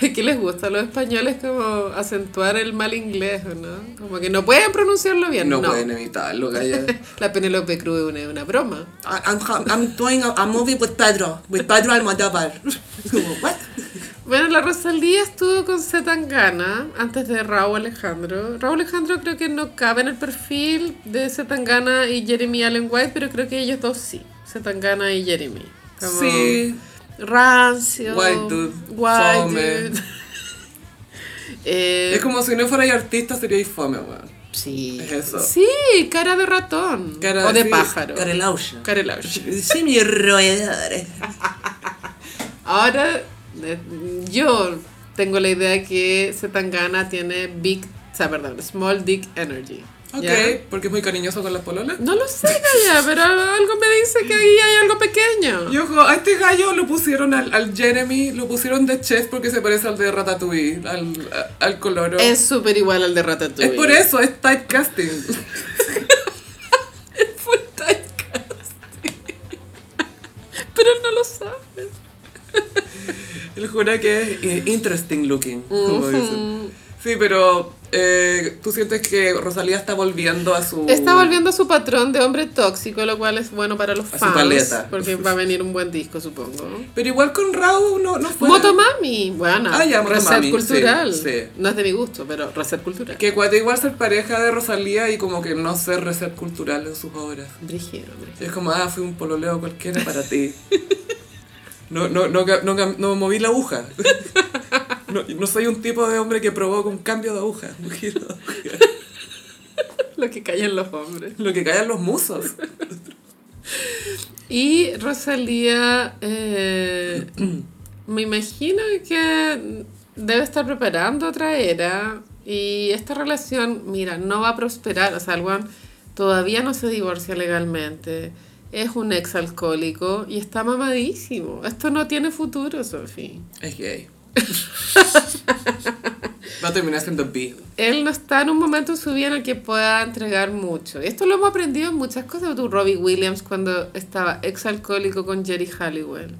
¿Qué les gusta a los españoles como acentuar el mal inglés, ¿o no? Como que no pueden pronunciarlo bien. No,
no, pueden eh. evitarlo, galla.
La Penélope Cruz es una, es una broma.
I- I'm, I'm doing a, a movie with Pedro, with Pedro Almodovar. Como, what?
Bueno, la Rosalía estuvo con Zetangana antes de Raúl Alejandro. Raúl Alejandro creo que no cabe en el perfil de Zetangana y Jeremy Allen White, pero creo que ellos dos sí. Zetangana y Jeremy. Como
Sí.
Rancio.
White dude,
White
fome.
dude. Eh,
Es como si no fuerais artista seríais fome, weón.
Sí.
Es eso.
Sí, cara de ratón.
Cara-
o de
sí,
pájaro.
Carelaucha.
Cara de laucha.
Sí, mi roedor.
Ahora, eh, yo tengo la idea que Zetangana tiene big, o sea, perdón, small dick energy.
Ok,
Ya.
porque es muy cariñoso con las pololas.
No lo sé, Gaya, pero algo me dice que ahí hay algo pequeño.
Y ojo, a este gallo lo pusieron al, al Jeremy, lo pusieron de chef porque se parece al de Ratatouille, al, a- al coloro.
Es súper igual al de Ratatouille.
Es por eso, es typecasting.
Fue tan casi. Pero él no lo sabe.
Él jura que es eh, interesting looking, como dicen.
Ujú.
Sí, pero eh, tú sientes que Rosalía está volviendo a su...
Está volviendo a su patrón de hombre tóxico, lo cual es bueno para los
A su
fans.
paleta.
Porque va a venir un buen disco, supongo.
Pero igual con Raúl no, no fue...
Motomami, bueno,
Ah, ya, Motomami,
reset cultural.
sí, sí.
No es de mi gusto, pero reset cultural.
Que cuate igual ser pareja de Rosalía y como que no ser reset cultural en sus obras.
Brígido, hombre.
Es como, ah, fui un pololeo cualquiera para ti. No, no, no, ca- no, cam- no moví la aguja. No, no soy un tipo de hombre que provoca un cambio de aguja, un giro de aguja.
Lo que callan los hombres.
Lo que callan los musos.
Y Rosalía, eh, me imagino que debe estar preparando otra era. Y esta relación, mira, no va a prosperar. O sea, el weón todavía no se divorcia legalmente. Es un ex alcohólico y está mamadísimo. Esto no tiene futuro, Sofi.
Es gay. Va a terminar siendo bi.
Él no está en un momento en su vida en el que pueda entregar mucho. Esto lo hemos aprendido en muchas cosas. Tú, Robbie Williams, cuando estaba exalcohólico con Jerry Halliwell.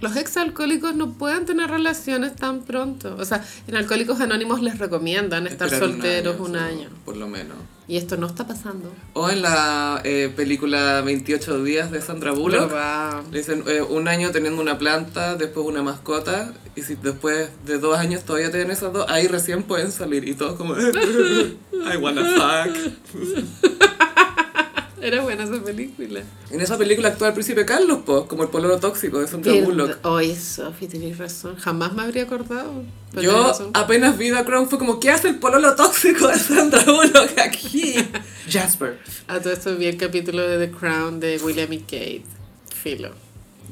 Los exalcohólicos no pueden tener relaciones tan pronto. O sea, en Alcohólicos Anónimos les recomiendan estar
Esperar un
solteros
año,
un
sí,
año.
Por lo menos.
Y esto no está pasando.
O en la eh, película 28 días de Sandra Bullock.
Verdad.
Le dicen eh, un año teniendo una planta, después una mascota, y si después de dos años todavía tienen esas dos, ahí recién pueden salir. Y todos como, I wanna fuck.
Era buena esa película.
En esa película actúa el príncipe Carlos, pues, como el poloro tóxico de Sandra Bullock.
Pierd- Oye, Sofi, Oh, tenés razón. Jamás me habría acordado. Pero tenés
Yo
razón.
apenas vi a Crown fue como, ¿qué hace el pololo tóxico de Sandra Bullock aquí? Jasper.
A todo esto vi el capítulo de The Crown de William y Kate. Filo.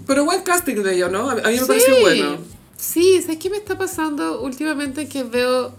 Pero buen casting de ellos, ¿no? A a mí me pareció bueno.
Sí, ¿sabes qué me está pasando últimamente? Que veo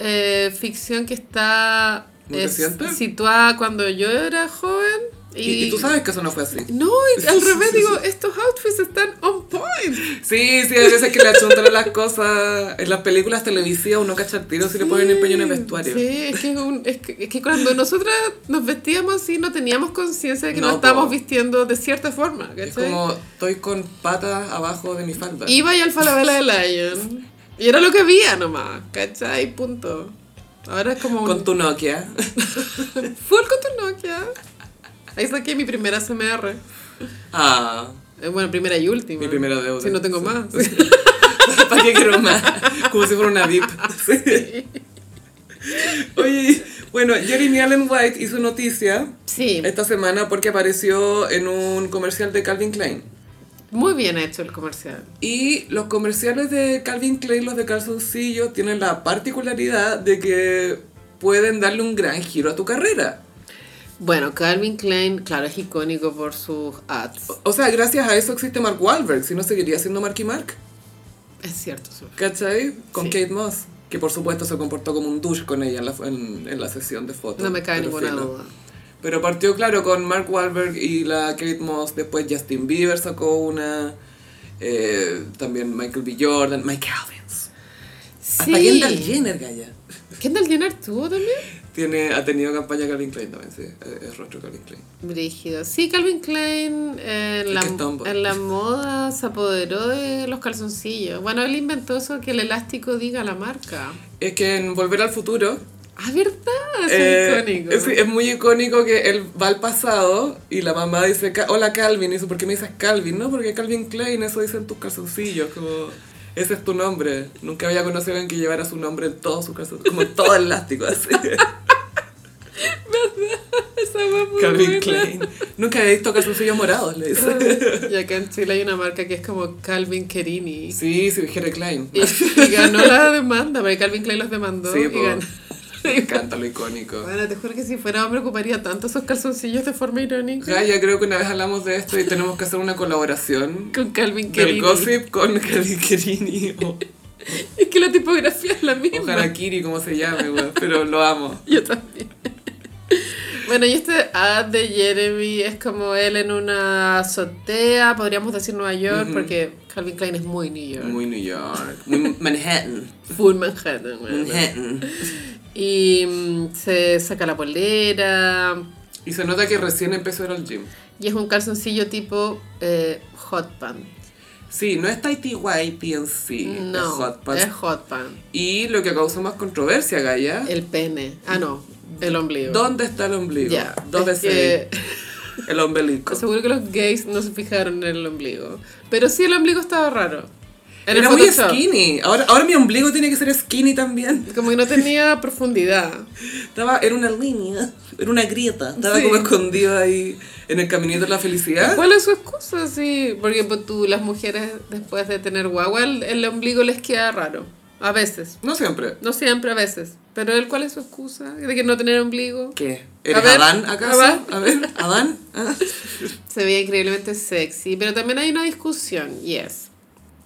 eh, ficción que está
¿Muy
eh,
reciente?
situada cuando yo era joven. Y,
Y, y tú sabes que eso no fue así.
No, y al revés, digo, estos outfits están on point.
Sí, sí, hay veces que le achuntan a las cosas. En las películas televisivas uno cacha el tiro si le ponen empeño en el vestuario.
Mm, Sí, es que, es un- es que, es que cuando nosotras nos vestíamos así no teníamos conciencia de que
No,
nos estábamos
po.
vistiendo de cierta forma, ¿cachai?
Es como, estoy con patas abajo de mi falda.
Iba y al Falabella de Lion. Y era lo que había nomás, ¿cachai? Punto. Ahora es como un-
Con tu Nokia.
Full con tu Nokia. Ahí saqué mi primera CMR.
Ah,
Eh, Bueno, primera y última.
Mi primera deuda.
Si no tengo
Sí.
más.
¿para qué quiero más? Como si fuera una VIP. Sí. Oye, bueno, Jeremy Allen White hizo noticia
Sí.
esta semana porque apareció en un comercial de Calvin Klein.
Muy bien hecho el comercial.
Y los comerciales de Calvin Klein, los de calzoncillo, tienen la particularidad de que pueden darle un gran giro a tu carrera.
Bueno, Calvin Klein, claro, es icónico por sus ads.
O sea, gracias a eso existe Mark Wahlberg, si no seguiría siendo Marky Mark.
Es cierto, Sophie.
¿Cachai? Con
Sí.
Kate Moss, que por supuesto se comportó como un douche con ella en la, en, en la sesión de fotos.
No me cae
pero
ninguna
filo.
duda.
Pero partió, claro, con Mark Wahlberg y la Kate Moss, después Justin Bieber sacó una, eh, también Michael B. Jordan, Mike Calvins. Hasta Kendall
Sí.
Jenner, Gaya.
Kendall Jenner tuvo también.
Tiene, ha tenido campaña Calvin Klein también, sí, eh, es rostro Calvin Klein.
Brígido. Sí, Calvin Klein eh, en
El
la,
que es tomboy.
en la moda se apoderó de los calzoncillos. Bueno, él inventó eso que el elástico diga la marca.
Es que en Volver al Futuro,
Ah, verdad, es
Eh,
icónico.
sí, es muy icónico que él va al pasado y la mamá dice, "Ca- hola Calvin, y dice, ¿por qué me dices Calvin? No, porque Calvin Klein, eso dicen tus calzoncillos, como, ese es tu nombre. Nunca había conocido a alguien que llevara su nombre en todos sus calzoncillos, como en todo el elástico, así.
Esa fue muy
Calvin
buena. Ah.
Klein. Nunca había visto calzoncillos morados, le dice.
Y acá en Chile hay una marca que es como Calvin Kerini.
Sí, sí, Jere Klein.
Y, y ganó la demanda, porque Calvin Klein los demandó.
Sí,
y
po.
ganó.
Me encanta lo icónico.
Bueno, te juro que si fuera hombre ocuparía tanto esos calzoncillos de forma irónica.
Ya, ya creo que una vez hablamos de esto y tenemos que hacer una colaboración
Con Calvin
del
Kerini.
gossip con Calvin Kerini o,
Es que la tipografía es la misma.
o Harakiri, como se llame, weón, pero lo amo.
Yo también. Bueno, y este ad de Jeremy es como él en una azotea, podríamos decir Nueva York, porque Calvin Klein es muy New York.
Muy New York.
Muy Manhattan.
Full Manhattan, weón.
Manhattan.
Y mm, se saca la polera.
Y se nota que recién empezó a ir al gym.
Y es un calzoncillo tipo eh, hot pant.
Sí, no es Tighty Whitey en sí,
no,
es Hot Pants.
es hot pant.
Y lo que causó más controversia, Gaya,
El pene. Ah, no, el ombligo.
¿dónde está el ombligo?
Ya,
¿Dónde
es
se
que-
el ombligo?
Seguro que los gays no se fijaron en el ombligo. Pero sí, el ombligo estaba raro. En el
Era muy
Photoshop.
skinny. Ahora, ahora mi ombligo tiene que ser skinny también.
Como que no tenía profundidad.
Estaba, era una línea, era una grieta. Estaba
Sí.
como escondido ahí en el caminito de la felicidad.
¿Cuál es su excusa? Sí, porque pues, tú, las mujeres después de tener guagua, el, el ombligo les queda raro. A veces.
No siempre.
No siempre, a veces. Pero él, ¿cuál es su excusa? ¿De que no tener ombligo?
¿Qué?
A
¿Eres
ver,
Adán acaso?
Adán.
A ver, Adán. Ah.
Se veía increíblemente sexy, pero también hay una discusión, y es,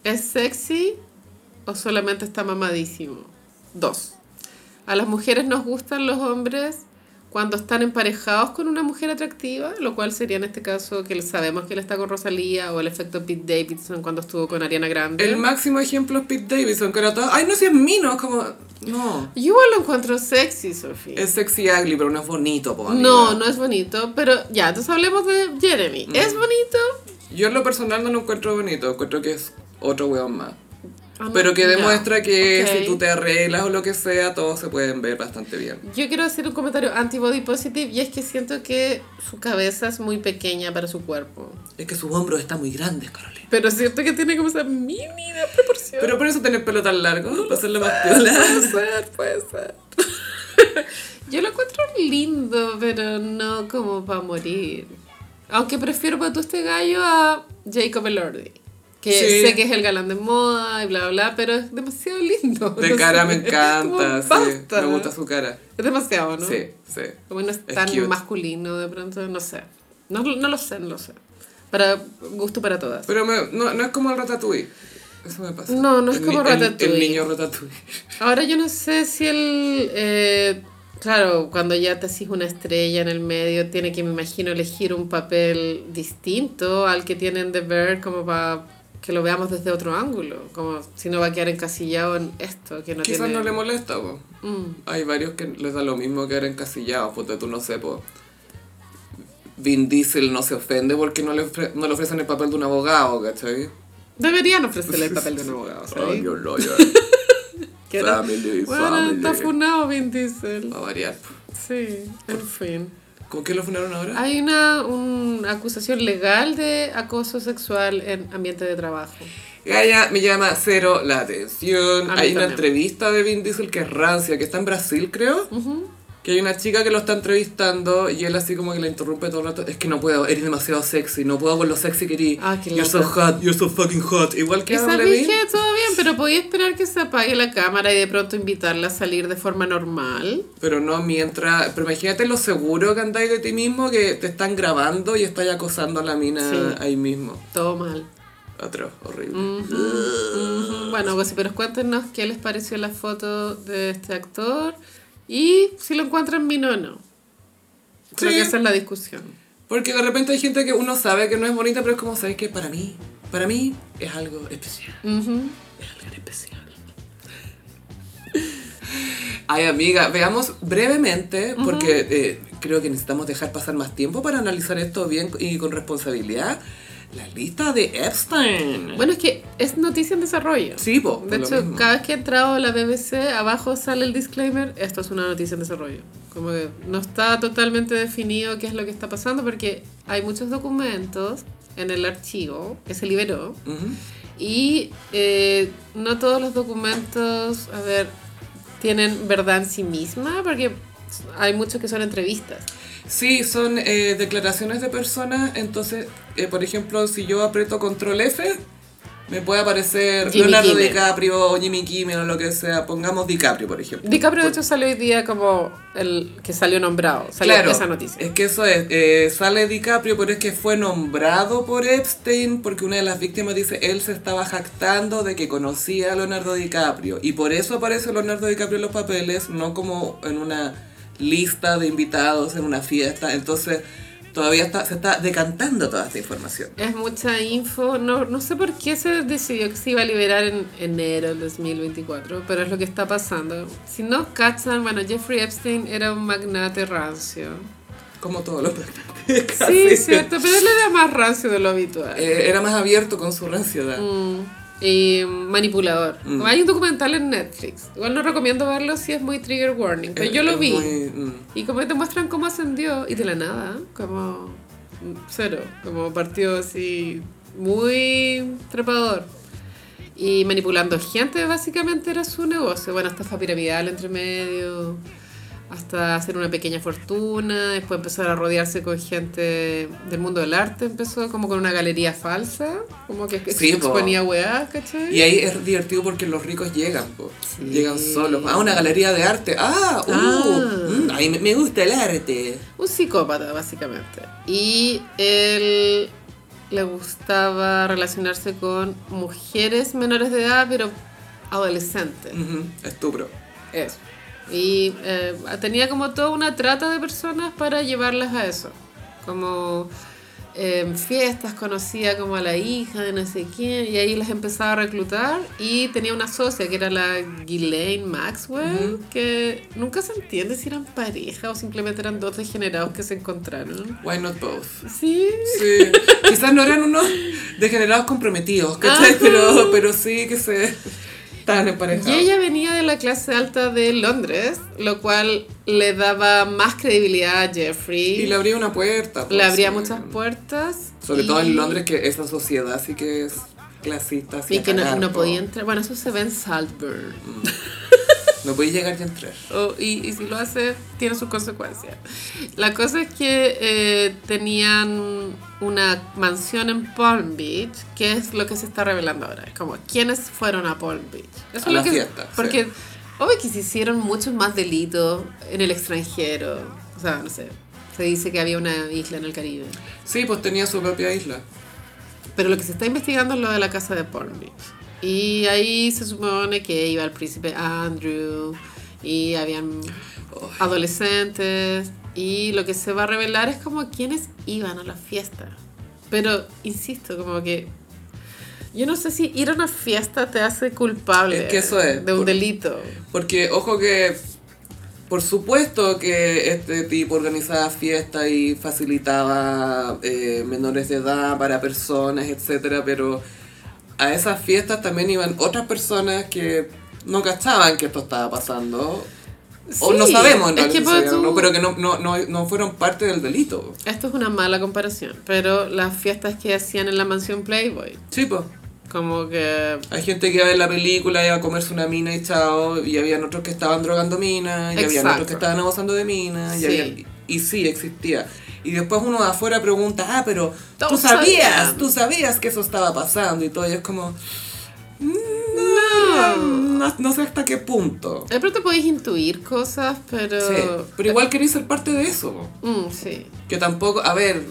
¿es sexy o solamente está mamadísimo? Dos, a las mujeres nos gustan los hombres cuando están emparejados con una mujer atractiva, lo cual sería en este caso que sabemos que él está con Rosalía o el efecto Pete Davidson cuando estuvo con Ariana Grande.
El máximo ejemplo es Pete Davidson, que era todo. Ay, no, si es mino, es como. No.
Yo igual lo encuentro sexy, Sofía.
Es sexy ugly, pero no es bonito, Mm. po, amiga.
No, no es bonito, pero ya, entonces hablemos de Jeremy. ¿Es bonito?
Yo en lo personal no lo encuentro bonito, encuentro que es otro weón más.
Ah, no,
Pero que
ya.
demuestra que
Ok.
si tú te arreglas o lo que sea, todos se pueden ver bastante bien.
Yo quiero hacer un comentario anti-body positive y es que siento que su cabeza es muy pequeña para su cuerpo.
Es que sus hombros están muy grandes, Carolina.
Pero siento que tiene como esa mini proporción.
Pero por eso tener pelo tan largo, para hacerlo más piola.
puede ser, puede ser. Yo lo encuentro lindo, pero no como para morir. Aunque prefiero para tú este gallo a Jacob Elordi. Que
Sí.
sé que es el galán de moda y bla, bla, pero es demasiado lindo.
De
No
cara
sé,
me
es como
encanta, sí.
basta.
Me gusta su cara.
Es demasiado, ¿no?
Sí, sí.
Como no es
Es
tan
cute.
masculino de pronto, no sé. No, no lo sé, no lo sé. Para gusto para todas.
Pero me- no, no es como el ratatouille. Eso me pasa.
No, no es
El
como
ni- el- El,
Ratatouille.
niño ratatouille.
Ahora yo no sé si el... eh, claro, cuando ya te haces una estrella en el medio, tiene que, me imagino, elegir un papel distinto al que tienen de ver como para que lo veamos desde otro ángulo. Como si no va a quedar encasillado en esto, que no
Quizás
tiene...
no le molesta, po.
Mm.
Hay varios que les da lo mismo que eran encasillados, porque tú no sé, po. Vin Diesel no se ofende porque no le, ofre- no le ofrecen el papel de un abogado, ¿cachai?
Deberían ofrecerle el papel de un abogado, ¿sabes?
I'm your lawyer.
Que era-
family,
Bueno,
family.
está funado Vin Diesel.
Va a variar. po.
Sí, en fin.
¿Con qué lo funaron ahora?
Hay una, un- acusación legal de acoso sexual en ambiente de trabajo.
Gaya me llama cero la atención.
A mí
Hay una
también.
entrevista de Vin Diesel que es rancia, que está en Brasil, creo. Que hay una chica que lo está entrevistando y él así como que la interrumpe todo el rato. Es que no puedo, eres demasiado sexy, no puedo con lo sexy que eres.
Ah, qué
you're so
lata.
hot, you're so fucking hot. Igual que
Quizás
Adam Levine.
dije todo bien, pero podía esperar que se apague la cámara y de pronto invitarla a salir de forma normal.
Pero no mientras... Pero imagínate lo seguro que andáis de ti mismo que te están grabando y estáis acosando a la mina
Sí. Mm.
ahí mismo.
Todo mal.
Atroz, horrible.
Ujú. Bueno, pero cuéntenos qué les pareció la foto de este actor y si lo encuentran vino o no. Creo
Sí.
que esa es la discusión.
Porque de repente hay gente que uno sabe que no es bonita, pero es como, ¿sabes que Para mí, para mí es algo especial.
Ujú.
Es algo especial. Ay, amiga, veamos brevemente, porque eh, creo que necesitamos dejar pasar más tiempo para analizar esto bien y con responsabilidad, la lista de Epstein.
Bueno, es que es noticia en desarrollo.
sí, po, por
De
lo
hecho,
mismo.
cada vez que he entrado a la BBC, abajo sale el disclaimer, esto es una noticia en desarrollo. Como que no está totalmente definido qué es lo que está pasando porque hay muchos documentos en el archivo que se liberó
Ujú.
y eh, no todos los documentos, a ver, tienen verdad en sí misma porque hay muchos que son entrevistas.
Sí, son eh, declaraciones de personas, entonces, eh, por ejemplo, si yo aprieto control F, me puede aparecer
Jimmy
Leonardo
Kimmel.
DiCaprio o Jimmy Kimmel o lo que sea, pongamos DiCaprio, por ejemplo.
DiCaprio de
Por-
hecho salió hoy día como el que salió nombrado, salió
Claro,
esa noticia.
es que eso es, eh, sale DiCaprio, pero es que fue nombrado por Epstein porque una de las víctimas dice, él se estaba jactando de que conocía a Leonardo DiCaprio y por eso aparece Leonardo DiCaprio en los papeles, no como en una lista de invitados en una fiesta. Entonces, todavía está, se está decantando toda esta información.
Es mucha info. No, no sé por qué se decidió que se iba a liberar en enero del 2024, pero es lo que está pasando. Si no cachan, bueno, Jeffrey Epstein era un magnate rancio.
Como todos los
Sí, cierto, pero él era más rancio de lo habitual.
Eh, era más abierto con su ranciedad.
Mm, Y manipulador.
Mm.
Hay un documental en Netflix. Igual no recomiendo verlo si es muy trigger warning, pero
Eh,
yo lo
es
vi.
muy, mm.
Y como que te muestran cómo ascendió y de la nada, como cero, como partió así muy trepador. Y manipulando gente básicamente era su negocio. Bueno, hasta estafa piramidal entre medio, hasta hacer una pequeña fortuna, después empezar a rodearse con gente del mundo del arte, empezó como con una galería falsa, como que, que
Sí,
se
po.
exponía weá, ¿cachai?
Y ahí es divertido porque los ricos llegan, po.
Sí.
llegan solos. Ah, una galería de arte. Ah, uh,
Ah.
mm, a mí me- me gusta el arte.
Un psicópata, básicamente. Y él le gustaba relacionarse con mujeres menores de edad, pero adolescentes.
Ujú, Estupro.
Eso. Y eh, tenía como toda una trata de personas para llevarlas a eso. Como en fiestas conocía como a la hija de no sé quién y ahí las empezaba a reclutar y tenía una socia que era la Ghislaine Maxwell que nunca se entiende si eran pareja o simplemente eran dos degenerados que se encontraron.
Why not both?
Sí.
Sí. Quizás no eran unos degenerados comprometidos, ¿cachai?
Ajá.
Pero, pero sí que se estaban emparejados.
Y ella venía de la clase alta de Londres, lo cual le daba más credibilidad a Jeffrey.
Y le abría una puerta. pues,
Le abría
sí.
muchas puertas.
Sobre todo
y-
en Londres, que esa sociedad sí que es clasista. así
Y
a
que no,
cagar,
no
po. Mm.
podía entrar. Bueno, eso se ve en Saltburn.
No podía llegar y entrar.
O- y, y si lo hace, tiene sus consecuencias. La cosa es que eh, tenían una mansión en Palm Beach, que es lo que se está revelando ahora. Es como, ¿quiénes fueron a Palm Beach?
A
es
la
lo que,
fiesta, sí.
Porque obvio que se hicieron muchos más delitos en el extranjero. O sea, no sé. Se dice que había una isla en el Caribe.
Sí, pues tenía su propia isla.
Pero lo que se está investigando es lo de la casa de Palm Beach. Y ahí se supone que iba el príncipe Andrew y habían adolescentes. Y lo que se va a revelar es como quiénes iban a la fiesta. Pero, insisto, como que... Yo no sé si ir a una fiesta te hace culpable
Es que eso es,
de un
por-
delito.
Porque, ojo que, por supuesto que este tipo organizaba fiestas y facilitaba eh, menores de edad para personas, etcétera, pero a esas fiestas también iban otras personas que no cachaban que esto estaba pasando. o no
Sí,
sabemos en
es que
realidad, si
ponte
sabían o no,
tú-
pero que no, no, no, no fueron parte del delito.
Esto es una mala comparación, pero las fiestas que hacían en la mansión Playboy,
Sí, pues.
como que
Hay gente que iba a ver la película, iba a comerse una mina y chao, y habían otros que estaban drogando minas, y habían
Exacto.
otros que estaban abusando de minas,
Sí.
y, habían- y sí, existía. Y después uno de afuera pregunta, ah, pero tú
Todos
sabías,
sabían.
tú sabías que eso estaba pasando y todo, y es como, "Mm,
No.
no, no sé hasta qué punto.
De pronto podéis intuir cosas, pero.
Sí, pero igual queréis ser parte de eso. po.
Mm, sí.
Que tampoco, a ver,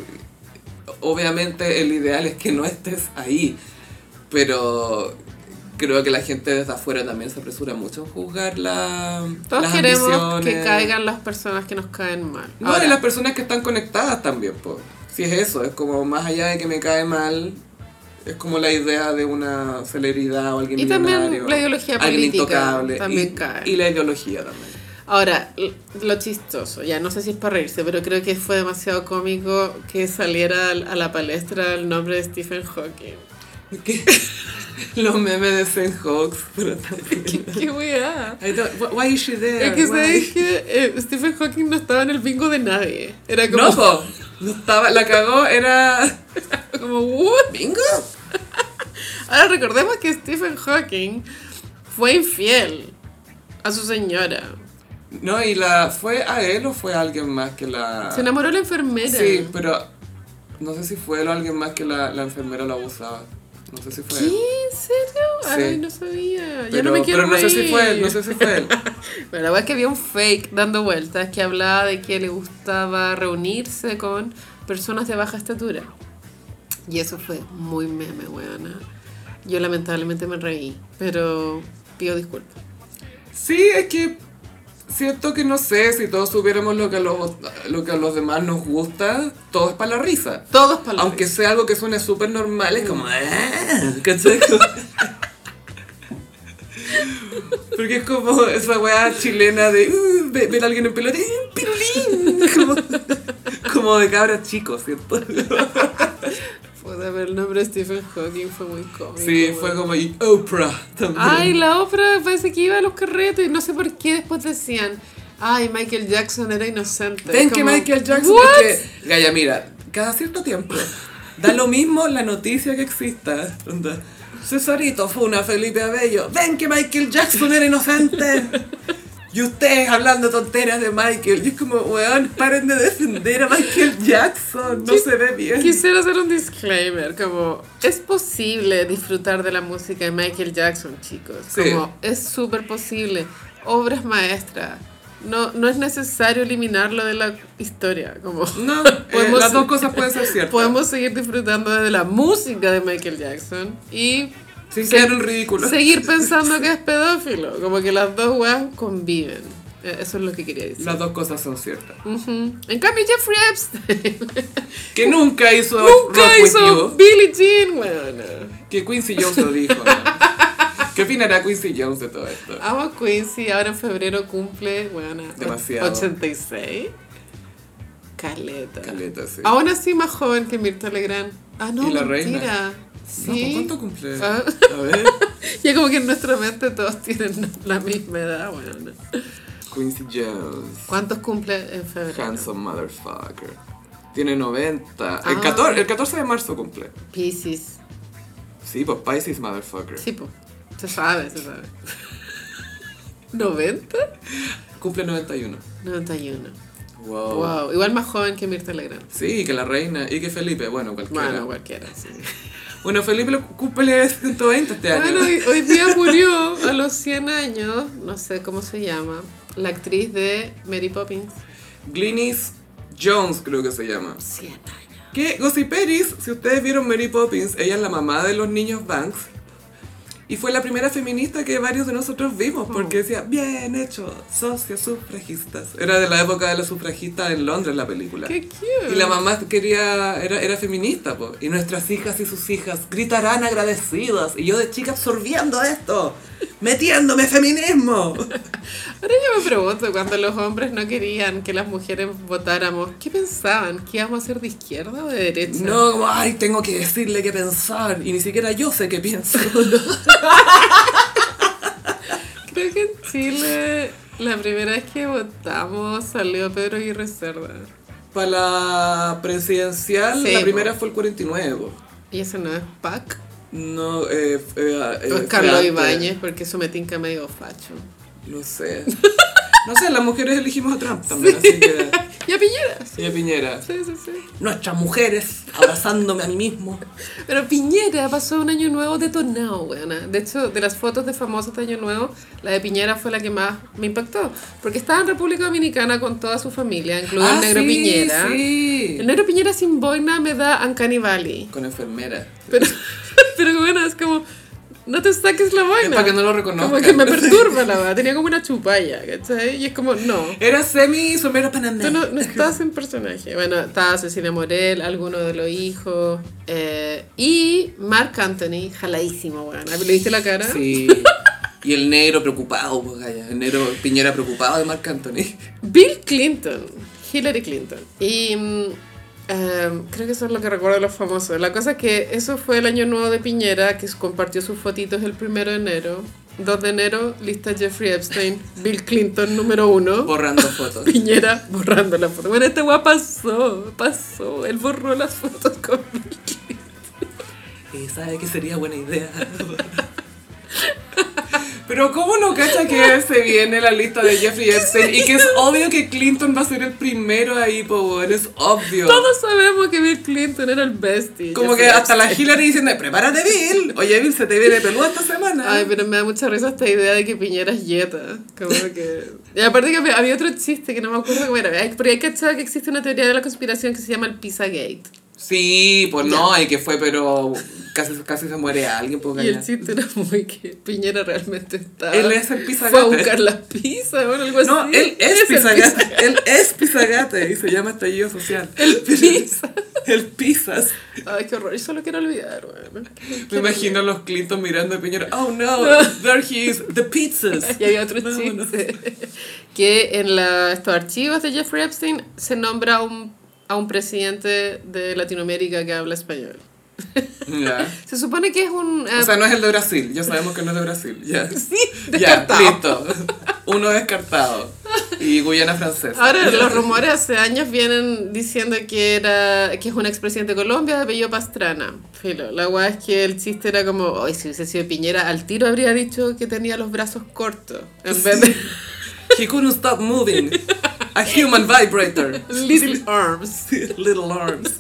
obviamente el ideal es que no estés ahí, pero creo que la gente desde afuera también se apresura mucho a juzgar la,
Todos
las
queremos
ambiciones.
que caigan las personas que nos caen mal.
No,
Ahora,
y las personas que están conectadas también, pues. Si es eso, es como más allá de que me cae mal, es como la idea de una celebridad o alguien
Y también
millonario,
la ideología
alguien
política
intocable,
también
y,
cae.
Y la ideología también.
ahora, l- lo chistoso, ya no sé si es para reírse, pero creo que fue demasiado cómico que saliera al- a la palestra el nombre de Stephen Hawking.
¿Qué? Los memes de Zen Hawks, pero también...
¡Qué weá!
I don't- wh- why is she there?
Es que
Why?
sabes que eh, Stephen Hawking no estaba en el bingo de nadie. Era como,
No, po. No estaba, la cagó, era.
como ¿what?
¿Bingo?
Ahora recordemos que Stephen Hawking fue infiel a su señora.
No, y la. ¿Fue a él o fue a alguien más que la.
Se enamoró la enfermera.
Ah. Sí, pero. No sé si fue él o alguien más que la, la enfermera lo abusaba. No sé si fue
¿Qué?
él.
¿En serio? Ay,
Sí.
no sabía.
Pero,
Yo no me quiero
pero no sé si fue él,
reír.
no sé si fue él.
Bueno, la verdad es que había un fake dando vueltas que hablaba de que le gustaba reunirse con personas de baja estatura. Y eso fue muy meme, weona. Yo lamentablemente me reí, pero pido disculpas.
Sí, es que. siento que no sé si todos supiéramos lo que a los, lo que a los demás nos gusta, todo es para la risa.
Todos para la
Aunque
risa.
sea algo que suene súper normal, es como... "Ah", ¿cachai? Como- Porque es como esa weá chilena de "Uh, ve- ver a alguien en pelota, "Uh, pirulín", como, como de cabras chicos, ¿cierto?
Puta, pero el nombre de Stephen Hawking fue muy cómico.
Sí,
weón.
fue como y Oprah también.
Ay, la Oprah parece que iba a los carretes y no sé por qué después decían, ay, Michael Jackson era inocente.
Ven
Es
que
como,
Michael Jackson
"What?".
es que, Gaya, mira, cada cierto tiempo da lo mismo la noticia que exista. onda, Cesarito fue una Felipe Abello. Ven que Michael Jackson era inocente. Y ustedes hablando tonteras de Michael. Y es como, weón, paren de defender a Michael Jackson. No se ve bien.
Quisiera hacer un disclaimer, como es posible disfrutar de la música de Michael Jackson, chicos.
Sí.
Como es súper posible. Obras maestras. No, no es necesario eliminarlo de la historia. Como
No, eh,
Podemos-
las dos cosas pueden ser ciertas.
podemos seguir disfrutando de la música de Michael Jackson y
Sin quedar en ridículo.
seguir pensando que es pedófilo. Como que las dos weas conviven. Eh, Eso es lo que quería decir.
Las dos cosas son ciertas.
Ujú. En cambio, Jeffrey Epstein
Que nunca hizo Rock
nunca
With
hizo
You.
Billie Jean, weón.
Que Quincy Jones lo dijo. weón. ¿Qué opinará Quincy Jones de todo esto?
Amo a Quincy, ahora en febrero cumple, bueno,
Demasiado.
86. Caleta.
Caleta, sí.
Aún así más joven que Mirta Legrand. Ah, no,
Y la
mentira.
reina. No, pues,
Sí.
¿Cuánto cumple?
Ah.
A ver.
ya como que en nuestra mente todos tienen la misma edad, bueno.
Quincy Jones.
¿Cuántos cumple en febrero?
Handsome motherfucker. Tiene 90.
Ah.
El, 14, el 14 de marzo cumple.
Pisces.
Sí, pues Pisces motherfucker.
Sí, po. Se sabe, se sabe. ¿90?
Cumple 91.
91.
Wow.
Wow. Igual más joven que Mirta Legrand.
Sí, que la reina. Y que Felipe. Bueno, cualquiera.
Bueno,
Bueno,
cualquiera, sí.
Felipe lo cumple 120 este año.
Bueno, hoy, hoy día murió a los 100 años, no sé cómo se llama, la actriz de Mary Poppins.
Glynis Jones creo que se llama.
100 años.
Que Gossip Peris, si ustedes vieron Mary Poppins, ella es la mamá de los niños Banks. Y fue la primera feminista que varios de nosotros vimos, porque decía, bien hecho, socios sufragistas. Era de la época de los sufragistas en Londres la película.
¡Qué cute!
Y la mamá quería, era, era feminista, po. y nuestras hijas y sus hijas gritarán agradecidas. Y yo de chica absorbiendo esto, metiéndome feminismo.
Ahora yo me pregunto, cuando los hombres no querían que las mujeres votáramos, ¿qué pensaban? ¿Que íbamos a ser de izquierda o de derecha?
No, como, ay, tengo que decirle qué pensar, y ni siquiera yo sé qué pienso.
Creo que en Chile la primera vez que votamos salió Pedro Aguirre Cerda.
Para la presidencial,
Sí,
la
po.
primera fue el 49. po.
Y eso no es PAC.
No, eh, f- eh, eh,
o es
fue
Carlos
antes.
Ibáñez, porque eso me tinca medio facho.
No sé. No sé, las mujeres elegimos a Trump también, así que.
¡Y a Piñera!
Y a Piñera.
Sí, sí, sí.
Nuestras mujeres abrazándome a mí mismo.
Pero Piñera pasó un año nuevo detonado, weona. De hecho, de las fotos de famosos de año nuevo, la de Piñera fue la que más me impactó. Porque estaba en República Dominicana con toda su familia, incluido el negro
Ah, sí,
Piñera.
Sí.
El negro Piñera sin boina me da Uncanny Valley.
Con enfermera.
Pero, pero bueno, es como... No te saques la boina.
para que no lo reconozcan.
Como que me perturba la verdad. Tenía como una chupalla, ¿cachai? Y es como, no.
Era semi somero
Tú
panameño.
no, no estás en personaje. Bueno, estaba Cecilia Morel, alguno de los hijos. eh, y Mark Anthony, jaladísimo, weón. ¿Le viste la cara?
Sí. Y el negro preocupado, pues, gaya. El negro Piñera preocupado de Marc Anthony.
Bill Clinton, Hillary Clinton. Y mm, eh, creo que eso es lo que recuerdo de los famosos. La cosa es que eso fue el año nuevo de Piñera, que compartió sus fotitos el primero de enero. 2 de enero, lista Jeffrey Epstein, Bill Clinton número uno.
Borrando fotos.
Piñera borrando la foto. Bueno, esta weá pasó, pasó. Él borró las fotos con Bill Clinton.
Y Eh, sabe que sería buena idea. Pero ¿cómo no cacha que se viene la lista de Jeffrey Epstein? Y que es obvio que Clinton va a ser el primero ahí, po, weón, es obvio.
Todos sabemos que Bill Clinton era el bestie.
Como
Yo
que
sé.
hasta la Hillary diciendo, prepárate Bill. Oye Bill, se te viene peluda esta semana.
Ay, pero me da mucha risa esta idea de que Piñera es yeta. Como que... Y aparte que había- había otro chiste que no me acuerdo cómo era. Ay, Pero hay que que existe una teoría de la conspiración que se llama el Pizzagate.
Sí, pues no, y que fue, pero casi, casi se muere alguien. Pues,
Y el
gaya.
chiste era muy que Piñera realmente estaba.
Él es el
Fue a
pisagate.
buscar las pizzas, bueno, algo
No,
así.
él es
el pizza-
pisagate. Él es pisagate y se llama estallido social.
El pizza.
El pisas.
Ay, qué horror. Yo solo quiero olvidar, bueno.
Me imagino a los Clinton mirando a Piñera. Oh no, there he is, the pizzas.
Y había otro
No,
chiste.
no.
Que en la- estos archivos de Jeffrey Epstein se nombra a un, a un presidente de Latinoamérica que habla español.
Ya.
Se supone que es un. eh,
O sea, no es el de Brasil, ya sabemos que no es de Brasil. Ya,
sí,
ya
descartado.
listo. Uno descartado. Y Guyana francesa.
Ahora, los rumores hace años vienen diciendo que era que es un expresidente de Colombia de apellido Pastrana. Filo, la weá es que el chiste era como, hoy si hubiese sido Piñera, al tiro habría dicho que tenía los brazos cortos. En vez de
He couldn't stop moving. A human vibrator.
little arms.
Little arms.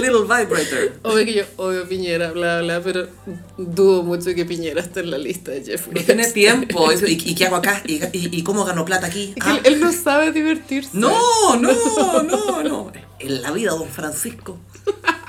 Little vibrator.
Obvio que yo odio Piñera, bla, bla, pero dudo mucho que Piñera esté en la lista de Jeffrey.
No tiene tiempo. Eso, ¿Y, y qué hago acá? ¿Y, y, y cómo gano plata aquí?
Es que
Ah,
él, él no sabe divertirse.
No, no, no, no.
en la vida, don Francisco.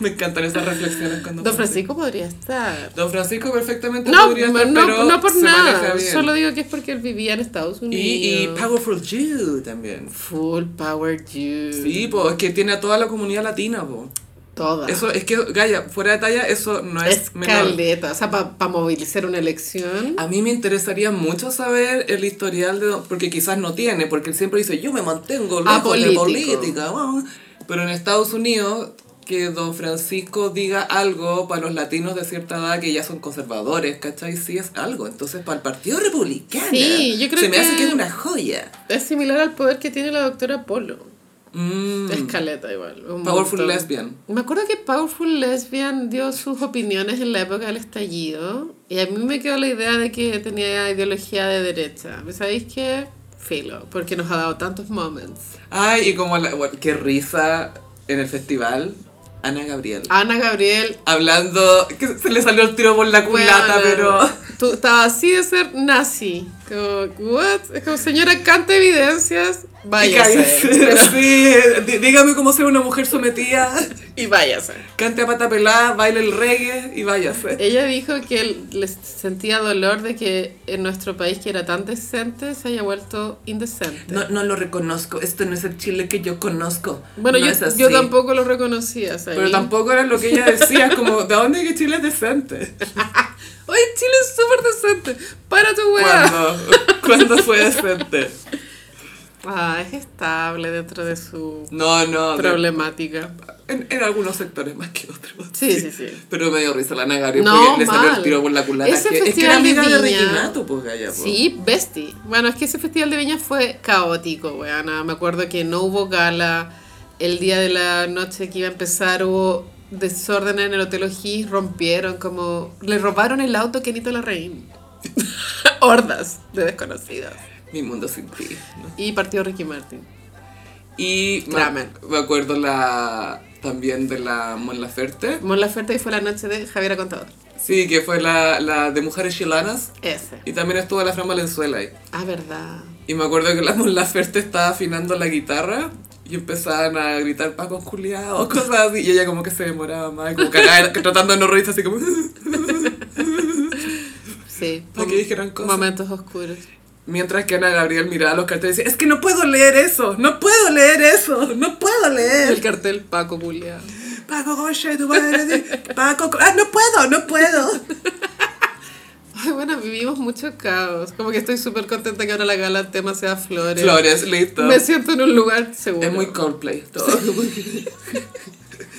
Me encantan esas reflexiones cuando.
Don Francisco podría estar.
Don Francisco perfectamente
No,
podría
no,
estar, pero
no, no por
se maneja
nada.
bien.
Solo digo que es porque él vivía en Estados Unidos.
y, y Powerful Jew también.
Full power dude.
Sí, pues es que tiene a toda la comunidad latina, po.
Toda.
Eso es que, Gaya, fuera de talla, eso no es,
es
menor.
caleta. O sea, para movilizar una elección.
A mí me interesaría mucho saber el historial de don- porque quizás no tiene, porque él siempre dice, yo me mantengo lejos
Apolítico.
de política. wow". Pero en Estados Unidos, que don Francisco diga algo para los latinos de cierta edad que ya son conservadores, ¿cachai? Sí es algo. Entonces, para el Partido Republicano,
Sí, yo creo
se me hace
que-
que es una joya.
Es similar al poder que tiene la doctora Polo.
Mm.
Es caleta igual. un
Powerful
montón.
Lesbian.
Me acuerdo que Powerful Lesbian dio sus opiniones en la época del estallido y a mí me quedó la idea de que tenía ideología de derecha. ¿Sabéis qué? Filo, porque nos ha dado tantos moments.
Ay, y como la, bueno, qué risa en el festival, Ana Gabriel.
Ana Gabriel,
Hablando, que se le salió el tiro por la culata,
weona,
pero...
Tú estabas así de ser nazi. Como, what? Es como, señora, cante evidencias, váyase.
Cállese. Sí, dí- dígame cómo ser una mujer sometida,
Y váyase.
cante a pata pelada, baile el reggae y váyase.
Ella dijo que él les sentía dolor de que en nuestro país, que era tan decente, se haya vuelto indecente.
No, no lo reconozco, esto no es el Chile que yo conozco.
bueno,
No
yo,
es así.
yo tampoco lo reconocía. ¿sabes?
Pero tampoco era lo que ella decía, como, ¿de dónde es que Chile es decente?
¡Oye, Chile es súper decente! ¡Para tu weá!
¿Cuándo? ¿Cuándo fue decente?
Ah, es estable dentro de su
No, no, de-
problemática.
en, en algunos sectores más que otros.
Sí, sí, sí.
Pero me dio risa la Ana Gabriel
No,
porque le salió
mal.
el tiro por la culata.
Ese
Es que, es que
festival
era amiga
de
de
Viña.
Reginato, pues, Gaya. pues.
Sí, bestie. Bueno, es que ese festival de Viña fue caótico, weana. Me acuerdo que no hubo gala. El día de la noche que iba a empezar hubo desorden en el Hotel O'Higgins, rompieron como... Le robaron el auto a Kenito Larraín. Hordas de desconocidos.
Mi mundo sin ti. ¿no?
Y partió Ricky Martin.
Y me-
Kramer.
me acuerdo la también de la Mon Laferte.
Mon Laferte y fue la noche de Javiera Contador.
Sí, que fue la, la de Mujeres Chilanas.
Ese.
Y también estuvo la Fran Valenzuela ahí.
Ah, verdad.
Y me acuerdo que la Mon Laferte estaba afinando la guitarra y empezaban a gritar Paco culiados, cosas así. Y ella como que se demoraba más, como cagada, tratando de no reírse así como...
Sí.
Para que dijeran cosas.
Momentos oscuros.
Mientras que Ana Gabriel miraba los carteles y decía, es que no puedo leer eso, no puedo leer eso, no puedo
El
leer.
cartel Paco Culeado.
Paco Goya, tu madre, sí. Paco, Co- ah, no puedo, no puedo.
Ay, bueno, vivimos mucho caos. Como que estoy súper contenta que ahora la gala el tema sea flores.
Flores, listo.
Me siento en un lugar seguro.
Es muy Coldplay todo.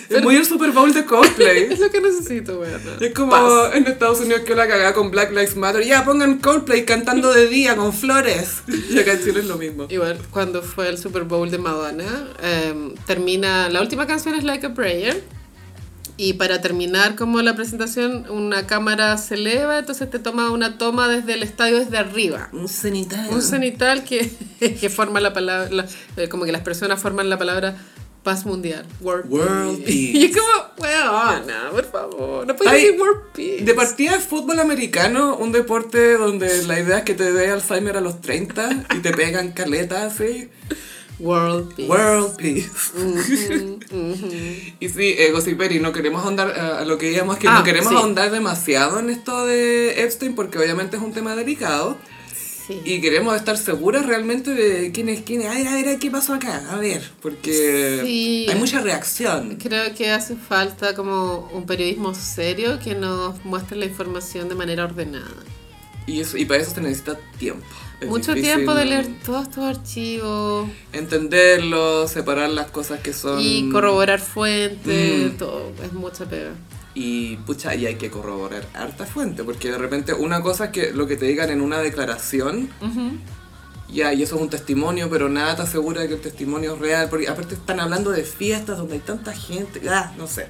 es muy el Super Bowl de Coldplay.
Es lo que necesito, weón.
Es como en Estados Unidos que la cagada con Black Lives Matter. Ya, pongan Coldplay cantando de día con flores. Y acá en Chile es lo mismo.
Igual, cuando fue el Super Bowl de Madonna, em, termina. La última canción es Like a Prayer. Y para terminar como la presentación, una cámara se eleva, entonces te toma una toma desde el estadio, desde arriba.
Un cenitario.
Un cenital que, que forma la palabra, la- eh, como que las personas forman la palabra paz mundial, world,
World
peace.
peace.
Y es como, weona, por favor, no puedes
Ay,
decir world peace.
De partida es fútbol americano, un deporte donde la idea es que te dé Alzheimer a los 30 y te pegan caletas así.
World Peace.
World Peace. y sí, eh, Gossiperi, no queremos ahondar eh, a lo que digamos que
Ah,
no queremos
sí.
ahondar demasiado en esto de Epstein porque obviamente es un tema delicado
Sí.
y queremos estar seguras realmente de quién es quién. es. A ver, a ver, a ver, ¿qué pasó acá? A ver, porque
Sí.
hay mucha reacción.
Creo que hace falta como un periodismo serio que nos muestre la información de manera ordenada.
Y, eso- y para eso se necesita tiempo. Es
Mucho
difícil
tiempo de leer todos tus archivos
Entenderlo, separar las cosas que son...
y corroborar fuentes,
Mm.
todo, es mucha pega.
Y pucha, y hay que corroborar harta fuente, porque de repente una cosa es que lo que te digan en una declaración, ya, y eso es un testimonio, pero nada te asegura de que el testimonio es real, porque aparte están hablando de fiestas donde hay tanta gente, ah, no sé.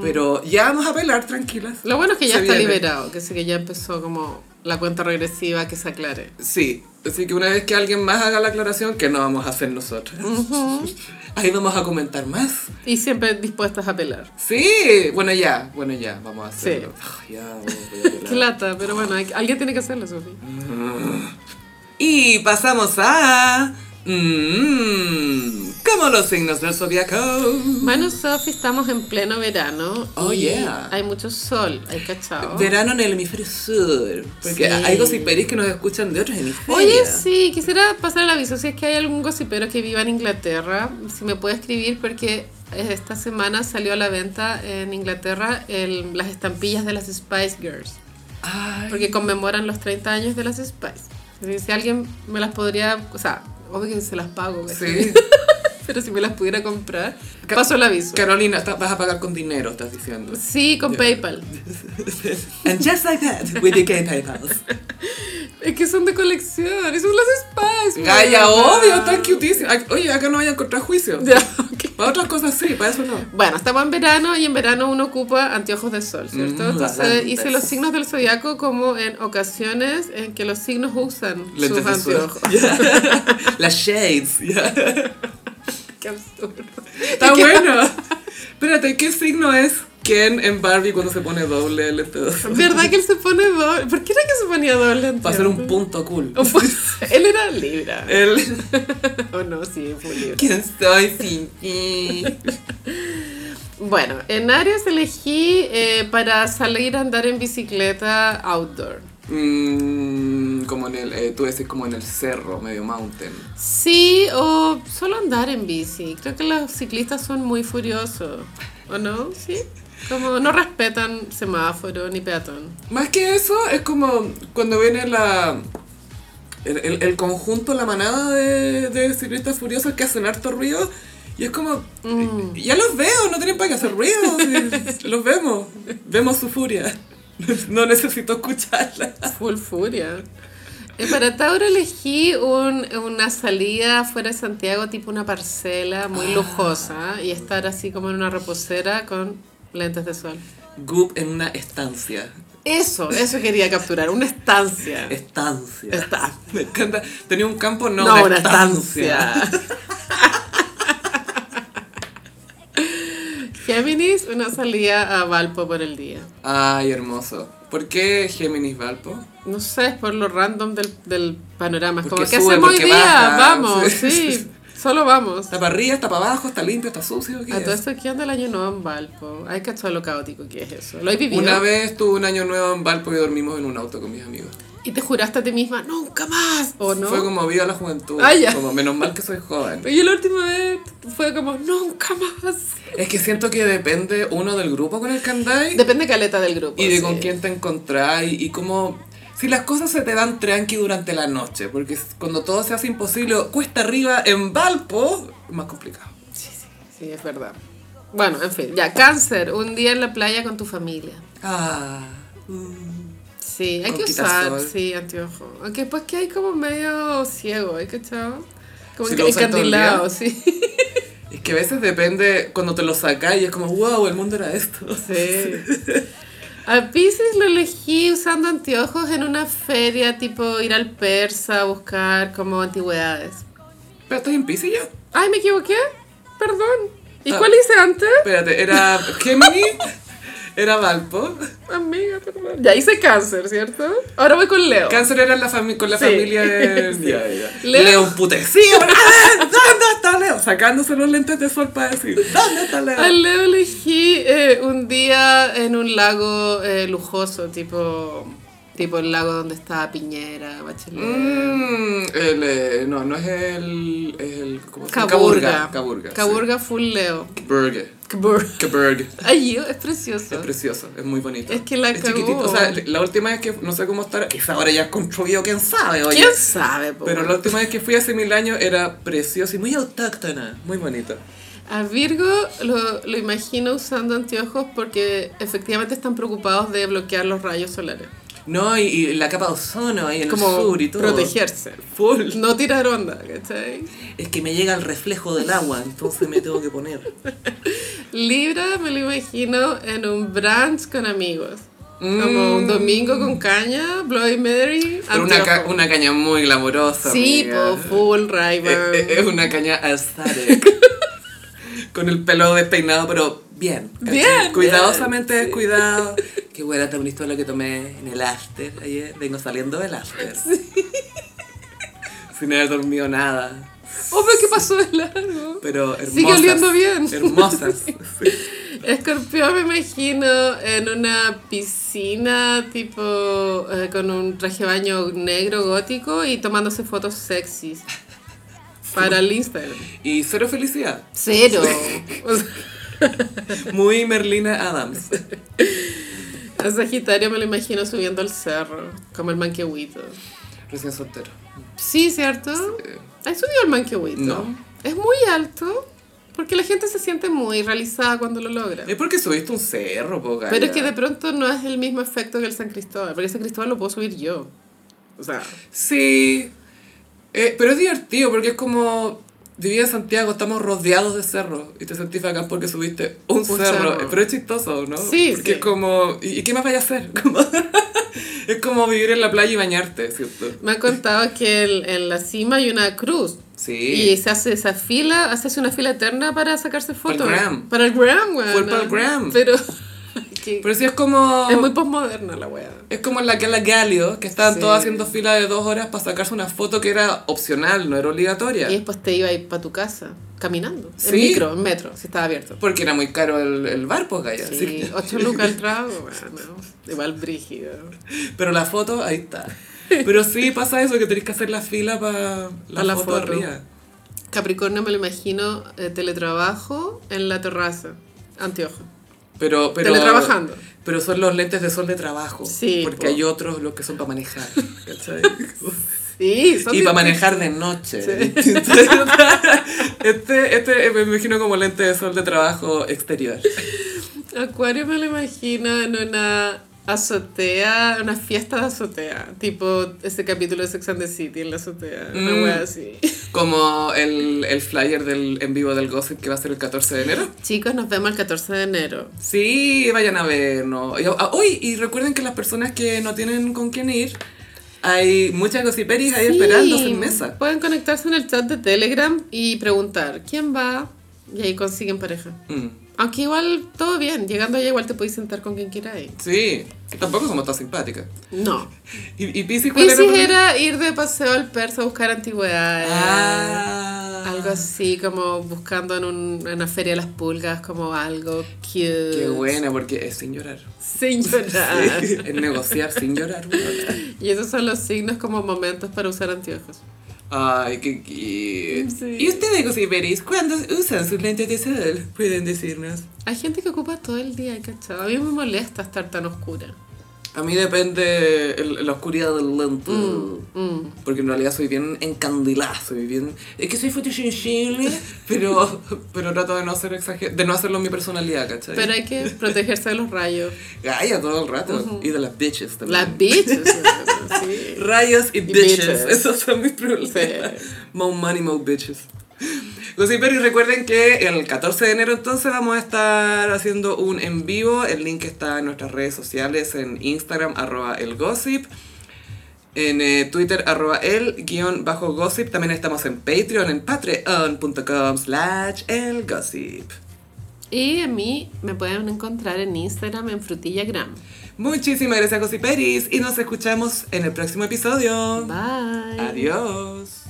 Pero ya vamos a apelar, tranquilas.
Mm. Lo bueno es que ya
Se
está
viene.
liberado, que sé que ya empezó como la cuenta regresiva que se aclare.
Sí, así que una vez que alguien más haga la aclaración, que no vamos a hacer nosotros. Ahí vamos a comentar más.
Y siempre dispuestas a apelar.
Sí, bueno ya, bueno ya, vamos a
Sí.
hacerlo. Ah, ya, voy a apelar.
Qué lata, pero bueno, hay- alguien tiene que hacerlo, Sofía.
Y pasamos a... Mmm, como los signos del zodiaco.
Bueno, Sofi, estamos en pleno verano.
Oh,
y
yeah.
Hay mucho sol, hay cachao.
Verano en el hemisferio sur. Porque
Sí.
hay gossiperis que nos escuchan de otros hemisferios.
Oye, sí, quisiera pasar el aviso. Si es que hay algún gossipero que viva en Inglaterra, si me puede escribir, porque eh, esta semana salió a la venta en Inglaterra el- las estampillas de las Spice Girls,
Ay,
porque conmemoran los 30 años de las Spice. Así que Si alguien me las podría, o sea, obvio que se las pago,
sí.
pero si me las pudiera comprar,
Ca-
paso el aviso.
Carolina, está- vas a pagar con dinero, estás diciendo.
Sí, con
Ya.
PayPal.
And just like that, we became PayPal.
Es que son de colección, y son las Spice.
Gaya,
weona.
obvio, están cutísimas. Ac- Oye, acá no vayan a encontrar juicio.
Ya, ok.
Para otras cosas sí, para eso no.
Bueno, estamos en verano y en verano uno ocupa anteojos de sol, ¿cierto?
Mm,
Entonces eh,
bastantes.
hice los signos del zodiaco como en ocasiones en que los signos usan sus
de sol.
anteojos.
Las shades. ya.
Qué absurdo.
Está bueno. Espérate, ¿qué signo es Ken en Barbie cuando se pone doble el lente de sol?
¿Verdad que él se pone doble? ¿Por qué era que se ponía doble anteojos?
Para hacer un punto cool.
O fue- Él era Libra.
El...
o no, sí, fue Libra.
¿Quién soy sin ti?
Bueno, en Aries elegí eh, para salir a andar en bicicleta outdoor.
Mm, como en el, eh, tú decís como en el cerro, medio mountain.
Sí, o solo andar en bici. Creo que los ciclistas son muy furiosos, ¿o no? Sí. Como no respetan semáforo ni peatón.
Más que eso, es como cuando viene la... El, el- el conjunto, la manada de, de ciclistas furiosos que hacen harto ruido y es como,
Mm.
ya los veo, no tienen para qué hacer ruido, sí, los vemos, vemos su furia, no necesito escucharla.
Full furia. Eh, para Tauro elegí un- una salida fuera de Santiago, tipo una parcela muy
Ah.
lujosa, y estar así como en una reposera con lentes de sol.
Goop en una estancia.
Eso, eso quería capturar, una estancia.
Estancia.
Está.
Me encanta. Tenía un campo, no,
No,
una,
una
estancia.
estancia. Géminis, una salida a Valpo por el día.
Ay, hermoso. ¿Por qué Géminis Valpo?
No sé, es por lo random del, del panorama. Es como,
Porque
¿qué
sube,
hacemos hoy
porque
día?
baja,
vamos,
sí.
sí. Solo vamos.
¿Está para arriba, está para abajo, está limpio, está sucio? ¿Qué
A
es?
todo esto, ¿qué onda el año nuevo en Valpo? Hay cachado lo caótico que es eso. Lo he vivido.
Una vez tuve un año nuevo en Valpo y dormimos en un auto con mis amigos.
Y te juraste a ti misma, nunca más. ¿O no?
Fue como viva la juventud.
Ah, ya.
Como menos mal que soy joven.
Pero yo la última vez fue como, nunca más.
Es que siento que depende uno del grupo con el que andáis
Depende caleta del grupo.
y de
sí.
con quién te encontráis y cómo... Si las cosas se te dan tranqui durante la noche, porque cuando todo se hace imposible, cuesta arriba en Valpo, más complicado.
Sí, sí, sí, es verdad. Bueno, en fin, ya, cáncer, un día en la playa con tu familia.
Ah.
Mm. Sí, hay
Con
que usar,
quitasol.
sí, anteojo. Aunque después que hay como medio ciego, ¿eh? ¿Cachado? Como
Si
enca-
lo usan todo el día.
encandilado, sí.
Es que a veces depende, cuando te lo sacáis y es como, wow, el mundo era esto.
Sí. A Pisces lo elegí usando anteojos en una feria, tipo ir al persa a buscar como antigüedades.
¿Pero estás en Pisces ya?
Ay, me equivoqué. Perdón. ¿Y
Ah.
cuál hice antes?
Espérate, era Gemini, era Valpo.
Amiga, te acuerdas. ya hice cáncer, ¿cierto? Ahora voy con Leo.
Cáncer era la fami- con la
Sí.
familia de...
Sí.
Ya, ya.
Leo.
Leo. un putecillo. ¿Dónde está Leo? Sacándose los lentes de sol para decir, ¿dónde está
A
Leo?
Leo elegí eh, un día en un lago eh, lujoso, tipo, tipo el lago donde estaba Piñera, Bachelet.
Mm, el, eh, no, no es el... Es el ¿cómo se llama?
Caburga.
Caburga. Caburga.
Caburga full Leo.
sí. Burger.
Caburga.
Caburga.
Ay, yo, es precioso.
Es precioso, es muy bonito.
Es que la
Es
cagó.
chiquitito. O sea, la última vez que no sé cómo estará. Quizá ahora ya es construido, quién sabe, oye.
¿Quién sabe? po?
Pero la última vez que fui hace mil años era precioso y muy autóctona, muy bonito.
A Virgo lo, lo imagino usando anteojos porque efectivamente están preocupados de bloquear los rayos solares.
No, y, y la capa de ozono ahí en
Como
el sur y todo.
protegerse.
Full.
No tirar onda, ¿cachai?
Es que me llega el reflejo del agua, entonces me tengo que poner.
Libra me lo imagino en un brunch con amigos. Como un domingo con caña, Bloody Mary,
Pero Mm. una, ca-
anteojo.
una caña muy glamorosa.
Sí, po, full ray
Es, es- es una caña aesthetic. Con el pelo despeinado, pero bien. ¿cachai?
Bien,
Cuidadosamente descuidado. Qué buena tan bonito lo que tomé en el after ayer. Vengo saliendo del after. Sin haber dormido nada.
Oh, pero qué pasó de largo.
Pero hermosas.
Sigue oliendo bien.
Hermosas. Sí.
Escorpión me imagino en una piscina tipo eh, con un traje de baño negro gótico y tomándose fotos sexys para el Instagram.
Y cero felicidad.
Cero. O sea,
Muy Merlina Adams.
a Sagitario me lo imagino subiendo al cerro, como el manquehuito.
Recién soltero.
Sí, ¿cierto?
Eh,
¿Has subido el manquehuito?
No.
Es muy alto porque la gente se siente muy realizada cuando lo logra.
Es porque subiste un cerro, poca.
Pero es que de pronto no es el mismo efecto que el San Cristóbal, porque el San Cristóbal lo puedo subir yo. O sea,
Sí. Eh, pero es divertido porque es como vivir en Santiago, estamos rodeados de cerros y te sentís bacán porque subiste un,
Un
cerro. Eh,
cerro.
Pero es chistoso, ¿no?
Sí,
Porque
sí.
es como, ¿y, y qué más vaya a hacer? Como- es como vivir en la playa y bañarte, ¿cierto?
me han contado que el- en la cima hay una cruz.
Sí.
Y se hace esa fila, se hace una fila eterna para sacarse
Para el
fotos.
Gram.
Para el Gram, weón.
Fue para el Gram.
Pero. que-
Pero sí es como...
es muy posmoderna la weá.
Es como en la que la Galio, que estaban
Sí.
todos haciendo fila de dos horas para sacarse una foto que era opcional, no era obligatoria.
Y después te iba a ir para tu casa, caminando.
Sí.
En micro, en metro, si estaba abierto.
Porque era muy caro el, el bar, pues, Gaya. así
Sí,
que-
8 lucas el trago, bueno, igual brígido.
Pero la foto, ahí está. Pero sí pasa eso, que tenés que hacer la fila para la,
Pa' la
foto,
foto.
arriba.
Capricornio me lo imagino eh, teletrabajo en la terraza, anteojo.
Pero, pero,
Teletrabajando.
Pero son los lentes de sol de trabajo.
Sí,
Porque
po.
hay otros los que son para manejar. ¿cachai?
Sí, son
y para
distintos.
manejar de noche.
Sí.
Este, este eh, me imagino como lente de sol de trabajo exterior.
Acuario me lo imagino en una azotea, una fiesta de azotea, tipo ese capítulo de Sex and the City en la azotea, una
Mm.
wea así.
Como el, el flyer del en vivo del Gossip que va a ser el 14 de enero.
Chicos, nos vemos el 14 de enero.
Sí, vayan a vernos. Y, ah, uy, y recuerden que las personas que no tienen con quién ir, hay muchas gossiperis ahí
Sí,
esperando sin mesa.
Pueden conectarse en el chat de Telegram y preguntar quién va y ahí consiguen pareja.
Mm,
Aunque igual todo bien, llegando allá igual te podéis sentar con quien quieras.
sí, que tampoco somos tan simpáticas.
No.
¿Y, y Pisces cuál
Pisces
era?
era ir de paseo al persa a buscar antigüedades.
Ah,
Algo así como buscando en, un- en una feria de las pulgas, como algo cute.
Qué buena, porque es sin llorar.
Sin llorar.
es negociar sin llorar. weona.
Y esos son los signos como momentos para usar anteojos.
Ay, qué cute.
Sí.
¿Y ustedes, gossiperis, cuándo usan sus lentes de sol? Pueden decirnos.
Hay gente que ocupa todo el día, ¿cachai? A mí me molesta estar tan oscura.
A mí depende el- la oscuridad del lente.
Mm.
Porque en realidad soy bien encandilada, soy bien... Es que soy fotosensible, pero, pero trato de no, hacer exager... de no hacerlo mi personalidad, ¿cachai?
Pero hay que protegerse de los rayos.
Gaya todo el rato. Y de las bitches también.
Las bitches. ¿no? Sí.
Rayos y, bitches.
bitches.
Esos son mis problemas.
Sí.
Mo money, mo bitches. Pues Gossiperis, recuerden que el 14 de enero entonces vamos a estar haciendo un en vivo. El link está en nuestras redes sociales, en Instagram, arroba el gossip. En eh, Twitter, arroba el guión bajo gossip. También estamos en Patreon, en patreon.com slash el gossip.
Y a mí me pueden encontrar en Instagram en frutillagram.
Muchísimas gracias, José Peris, y nos escuchamos en el próximo episodio.
Bye.
Adiós.